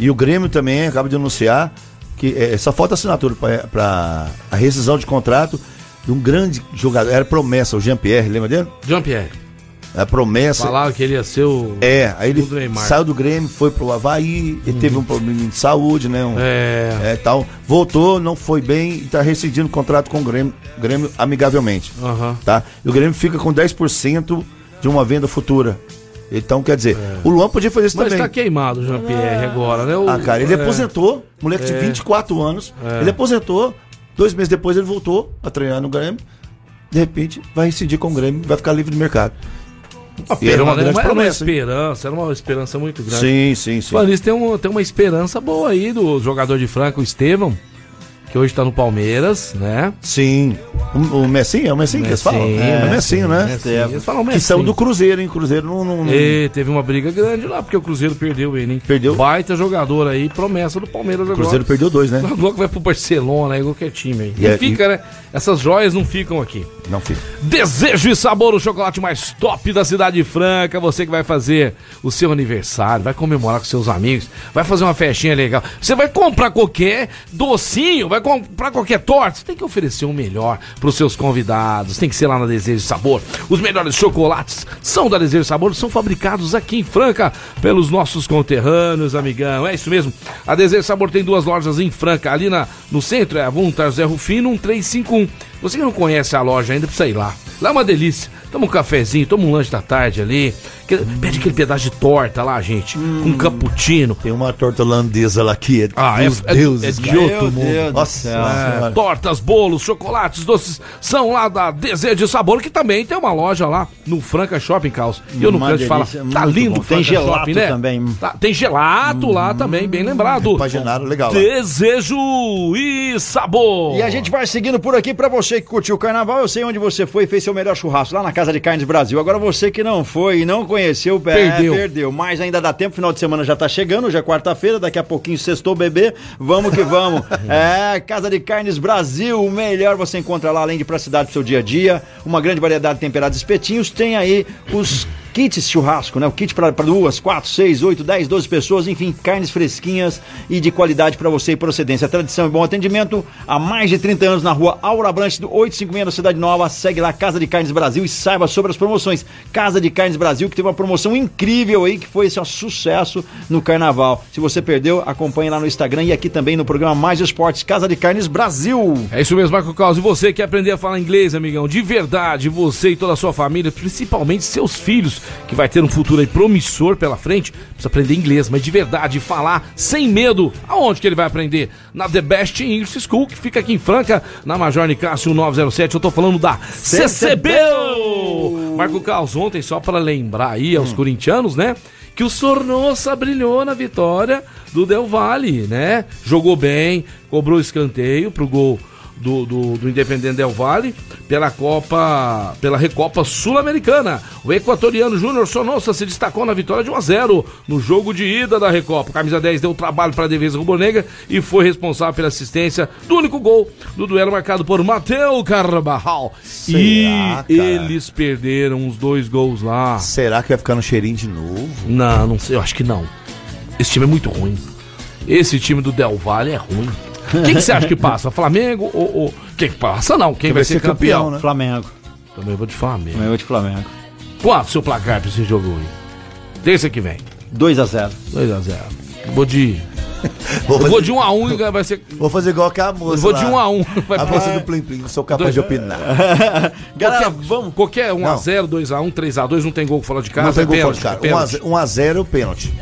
e o Grêmio também acaba de anunciar que é, só falta assinatura para a rescisão de contrato de um grande jogador. Era promessa, o Jean-Pierre, lembra dele? Jean-Pierre, Era promessa. falaram que ele ia ser o... É, aí ele do Neymar. Uhum. saiu do Grêmio, foi pro Havaí, ele teve um problema de saúde, né? um- É. é, tal. Voltou, não foi bem e tá rescindindo o contrato com o Grêmio, Grêmio amigavelmente. Aham. Tá? E o Grêmio fica com 10% de uma venda futura. Então, quer dizer, o Luan podia fazer isso É. Mas também. tá queimado o Jean-Pierre agora, né? O- Ah, cara, ele é. aposentou, moleque de 24 anos, ele aposentou, dois meses depois ele voltou a treinar no Grêmio, de repente vai incidir com o Grêmio, vai ficar livre do mercado. E era é uma né? grande Mas promessa, hein? esperança, era uma esperança muito grande. Sim, sim, sim. Falando isso, tem, um, tem uma esperança boa aí do jogador de Franca, o Estevão, que hoje tá no Palmeiras, né? Sim. O, o Messinho? É o Messinho que eles falam? Messinho, É, o Messinho, Messinho, né? Messinho. Eles falam é assim." Que são Messinho. do Cruzeiro, hein? Cruzeiro não... não, não- E teve uma briga grande lá, porque o Cruzeiro perdeu ele, hein? Perdeu. Baita jogador aí, promessa do Palmeiras O agora. Cruzeiro perdeu dois, né? Logo vai pro Barcelona, aí qualquer time aí. E E, é- fica, né? Essas joias não ficam aqui. Não fica. Desejo e sabor, o chocolate mais top da Cidade de Franca. Você que vai fazer o seu aniversário, vai comemorar com seus amigos, vai fazer uma festinha legal. Você vai comprar qualquer docinho, vai comprar qualquer torta. Você tem que oferecer o melhor para os seus convidados. Tem que ser lá na Desejo e Sabor. Os melhores chocolates são da Desejo e Sabor, são fabricados aqui em Franca pelos nossos conterrâneos, amigão. É isso mesmo. A Desejo e Sabor tem duas lojas em Franca, ali na, no centro, é a Voluntário Zé Rufino, 1351. Você que não conhece a loja ainda, precisa ir lá. Lá é uma delícia. Toma um cafezinho, toma um lanche da tarde ali. Que- Pede aquele pedaço de torta lá, gente. Com um cappuccino. Tem uma torta holandesa lá que é Ah, é, dos é- deuses, é de cara. outro mundo. Nossa É, Senhora. tortas, bolos, chocolates, doces são lá da Desejo e Sabor, que também tem uma loja lá no Franca Shopping Caos. E eu não Uma canso de falar. delícia, Tá muito lindo bom. Tem o Franca gelato Shopping, né? também. Hum, Tá- tem gelato lá também, bem lembrado. Paginado, legal. Desejo e Sabor. tá E a gente vai seguindo por aqui pra você que curtiu o carnaval. Eu sei onde você foi e fez seu melhor churrasco lá na Casa de Carnes Brasil. Agora você que não foi e não conheceu, é, Perdeu. perdeu. Mas ainda dá tempo, final de semana já tá chegando, hoje é quarta-feira, daqui a pouquinho sextou bebê. Vamos que vamos. é, Casa de Carnes Brasil, o melhor você encontra lá além de pra cidade pro seu dia a dia. Uma grande variedade de temperados e espetinhos. Tem aí os kits churrasco, né? O kit para duas, quatro, seis, oito, dez, doze pessoas, enfim, carnes fresquinhas e de qualidade para você e procedência. Tradição e bom atendimento há mais de 30 anos na rua Aura Branche, do 856 da Cidade Nova. Segue lá Casa de Carnes Brasil e saiba sobre as promoções. Casa de Carnes Brasil, que teve uma promoção incrível aí, que foi assim, um sucesso no carnaval. Se você perdeu, acompanhe lá no Instagram e aqui também no programa Mais Esportes, Casa de Carnes Brasil. É isso mesmo, Marco Carlos. E você quer aprender a falar inglês, amigão? De verdade, você e toda a sua família, principalmente seus filhos, que vai ter um futuro aí promissor pela frente, precisa aprender inglês, mas de verdade, falar sem medo. Aonde que ele vai aprender? Na The Best English School, que fica aqui em Franca, na Major Nicásio 907. Eu tô falando da CCBEL! Marco Carlos, ontem, só para lembrar aí aos corintianos, né? que o Sornosa brilhou na vitória do Del Valle, né? Jogou bem, cobrou escanteio pro gol do, do, do Independente Del Valle pela Copa, pela Recopa Sul-Americana. O equatoriano Júnior Sornosa se destacou na vitória de 1 a 0 no jogo de ida da Recopa. O Camisa 10 deu trabalho para a defesa rubro-negra e foi responsável pela assistência do único gol do duelo marcado por Mateu Carvajal. e Será, cara? eles perderam os dois gols lá. Será que vai ficar no cheirinho de novo? Não, não sei, eu acho que não. Esse time é muito ruim. Esse time do Del Valle é ruim. Quem que você acha que passa? Flamengo ou. ou- Quem passa não? Quem vai ser campeão? né? Flamengo. Também vou de Flamengo. Também vou de Flamengo. Qual o seu placar pra esse jogo aí? Terça que vem. 2x0. 2x0. Vou de. Vou Eu fazer- vou de 1 a 1 e vai ser. Vou fazer igual que a moça Vou lá. de 1 a 1. Vai A pra- moça do Plim Plim, não sou capaz Dois- de É. opinar. Galera, qualquer, vamos. Qualquer 1x0, 2x1, 3x2, não tem gol fora de casa. não tem Um é gol fora pênalti, de é cara. pênalti. Ah, 1x0 é o pênalti.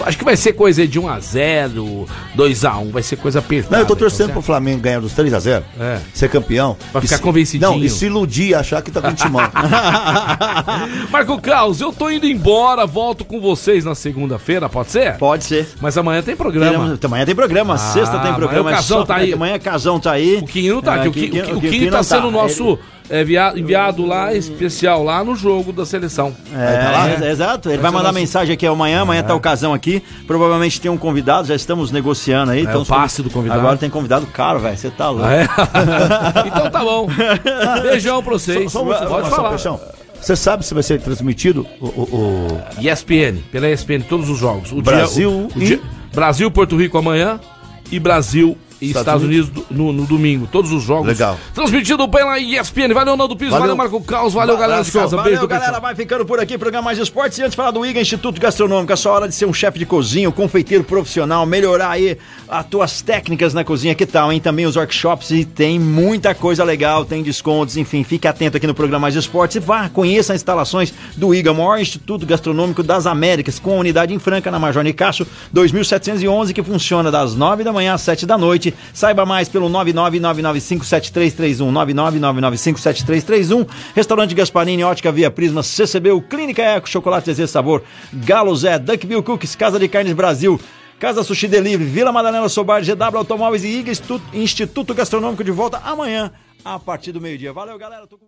Acho que vai ser coisa aí de 1x0, 2x1, vai ser coisa apertada. Não, eu tô torcendo então, pro Flamengo ganhar dos 3x0, É. ser campeão. Vai E ficar se- convencidinho. Não, e se iludir e achar que tá com o timão. Marco Carlos, eu tô indo embora, volto com vocês na segunda-feira, pode ser? Pode ser. Mas amanhã tem programa. Teremos- amanhã tem programa, sexta tem amanhã programa. o é Casão só tá pra- aí. Amanhã Casão tá aí. O Quinho não tá É, aqui. O Quinho- Quinho- Quinho- O Quinho Quinho tá não sendo tá. o nosso é, via- enviado lá especial lá no jogo da seleção. É, Tá lá, né? é, exato. Ele Esse vai é o mandar nosso- É. mensagem aqui amanhã, amanhã tá o casão aqui. Provavelmente tem um convidado, já estamos negociando aí. É, o os passe convid- do convidado. Agora tem convidado caro, velho. Você tá louco. Ah, é? então tá bom. Beijão pra um vocês. Só uma pode informação, falar. Peixão. Você sabe se vai ser transmitido o, o- o- ESPN, pela ESPN, todos os jogos. O Brasil dia, o, o dia- Brasil, Porto Rico amanhã e Brasil e Estados, Estados Unidos, no, no domingo. Todos os jogos. Legal. Transmitido pela ESPN. Valeu, Nando Piso. Valeu, Valeu. Marco Caos. Valeu, galera de Abraço, casa. Valeu, Beijo, galera. galera. Vai ficando por aqui, programa Mais Esportes. E antes de falar do IGA, Instituto Gastronômico, é só hora de ser um chefe de cozinha, um confeiteiro profissional, melhorar aí as tuas técnicas na cozinha. Que tal, hein? Também os workshops e tem muita coisa legal, tem descontos, enfim. Fique atento aqui no programa Mais Esportes e vá, conheça as instalações do IGA, o maior Instituto Gastronômico das Américas, com a unidade em Franca, na Major Nicasso, 2711, que funciona das 9 da manhã às 7 da noite Esporte. Saiba mais pelo 999957331, 999957331. Restaurante Gasparini, Ótica Via Prisma, CCBU, Clínica Eco, Chocolate Zezé Sabor, Galo Zé, Duckbill Cookies, Casa de Carnes Brasil, Casa Sushi Delivery, Vila Madalena Sobar, GW Automóveis e IGA Instituto Gastronômico de volta amanhã, a partir do meio-dia. Valeu, galera. Tô com...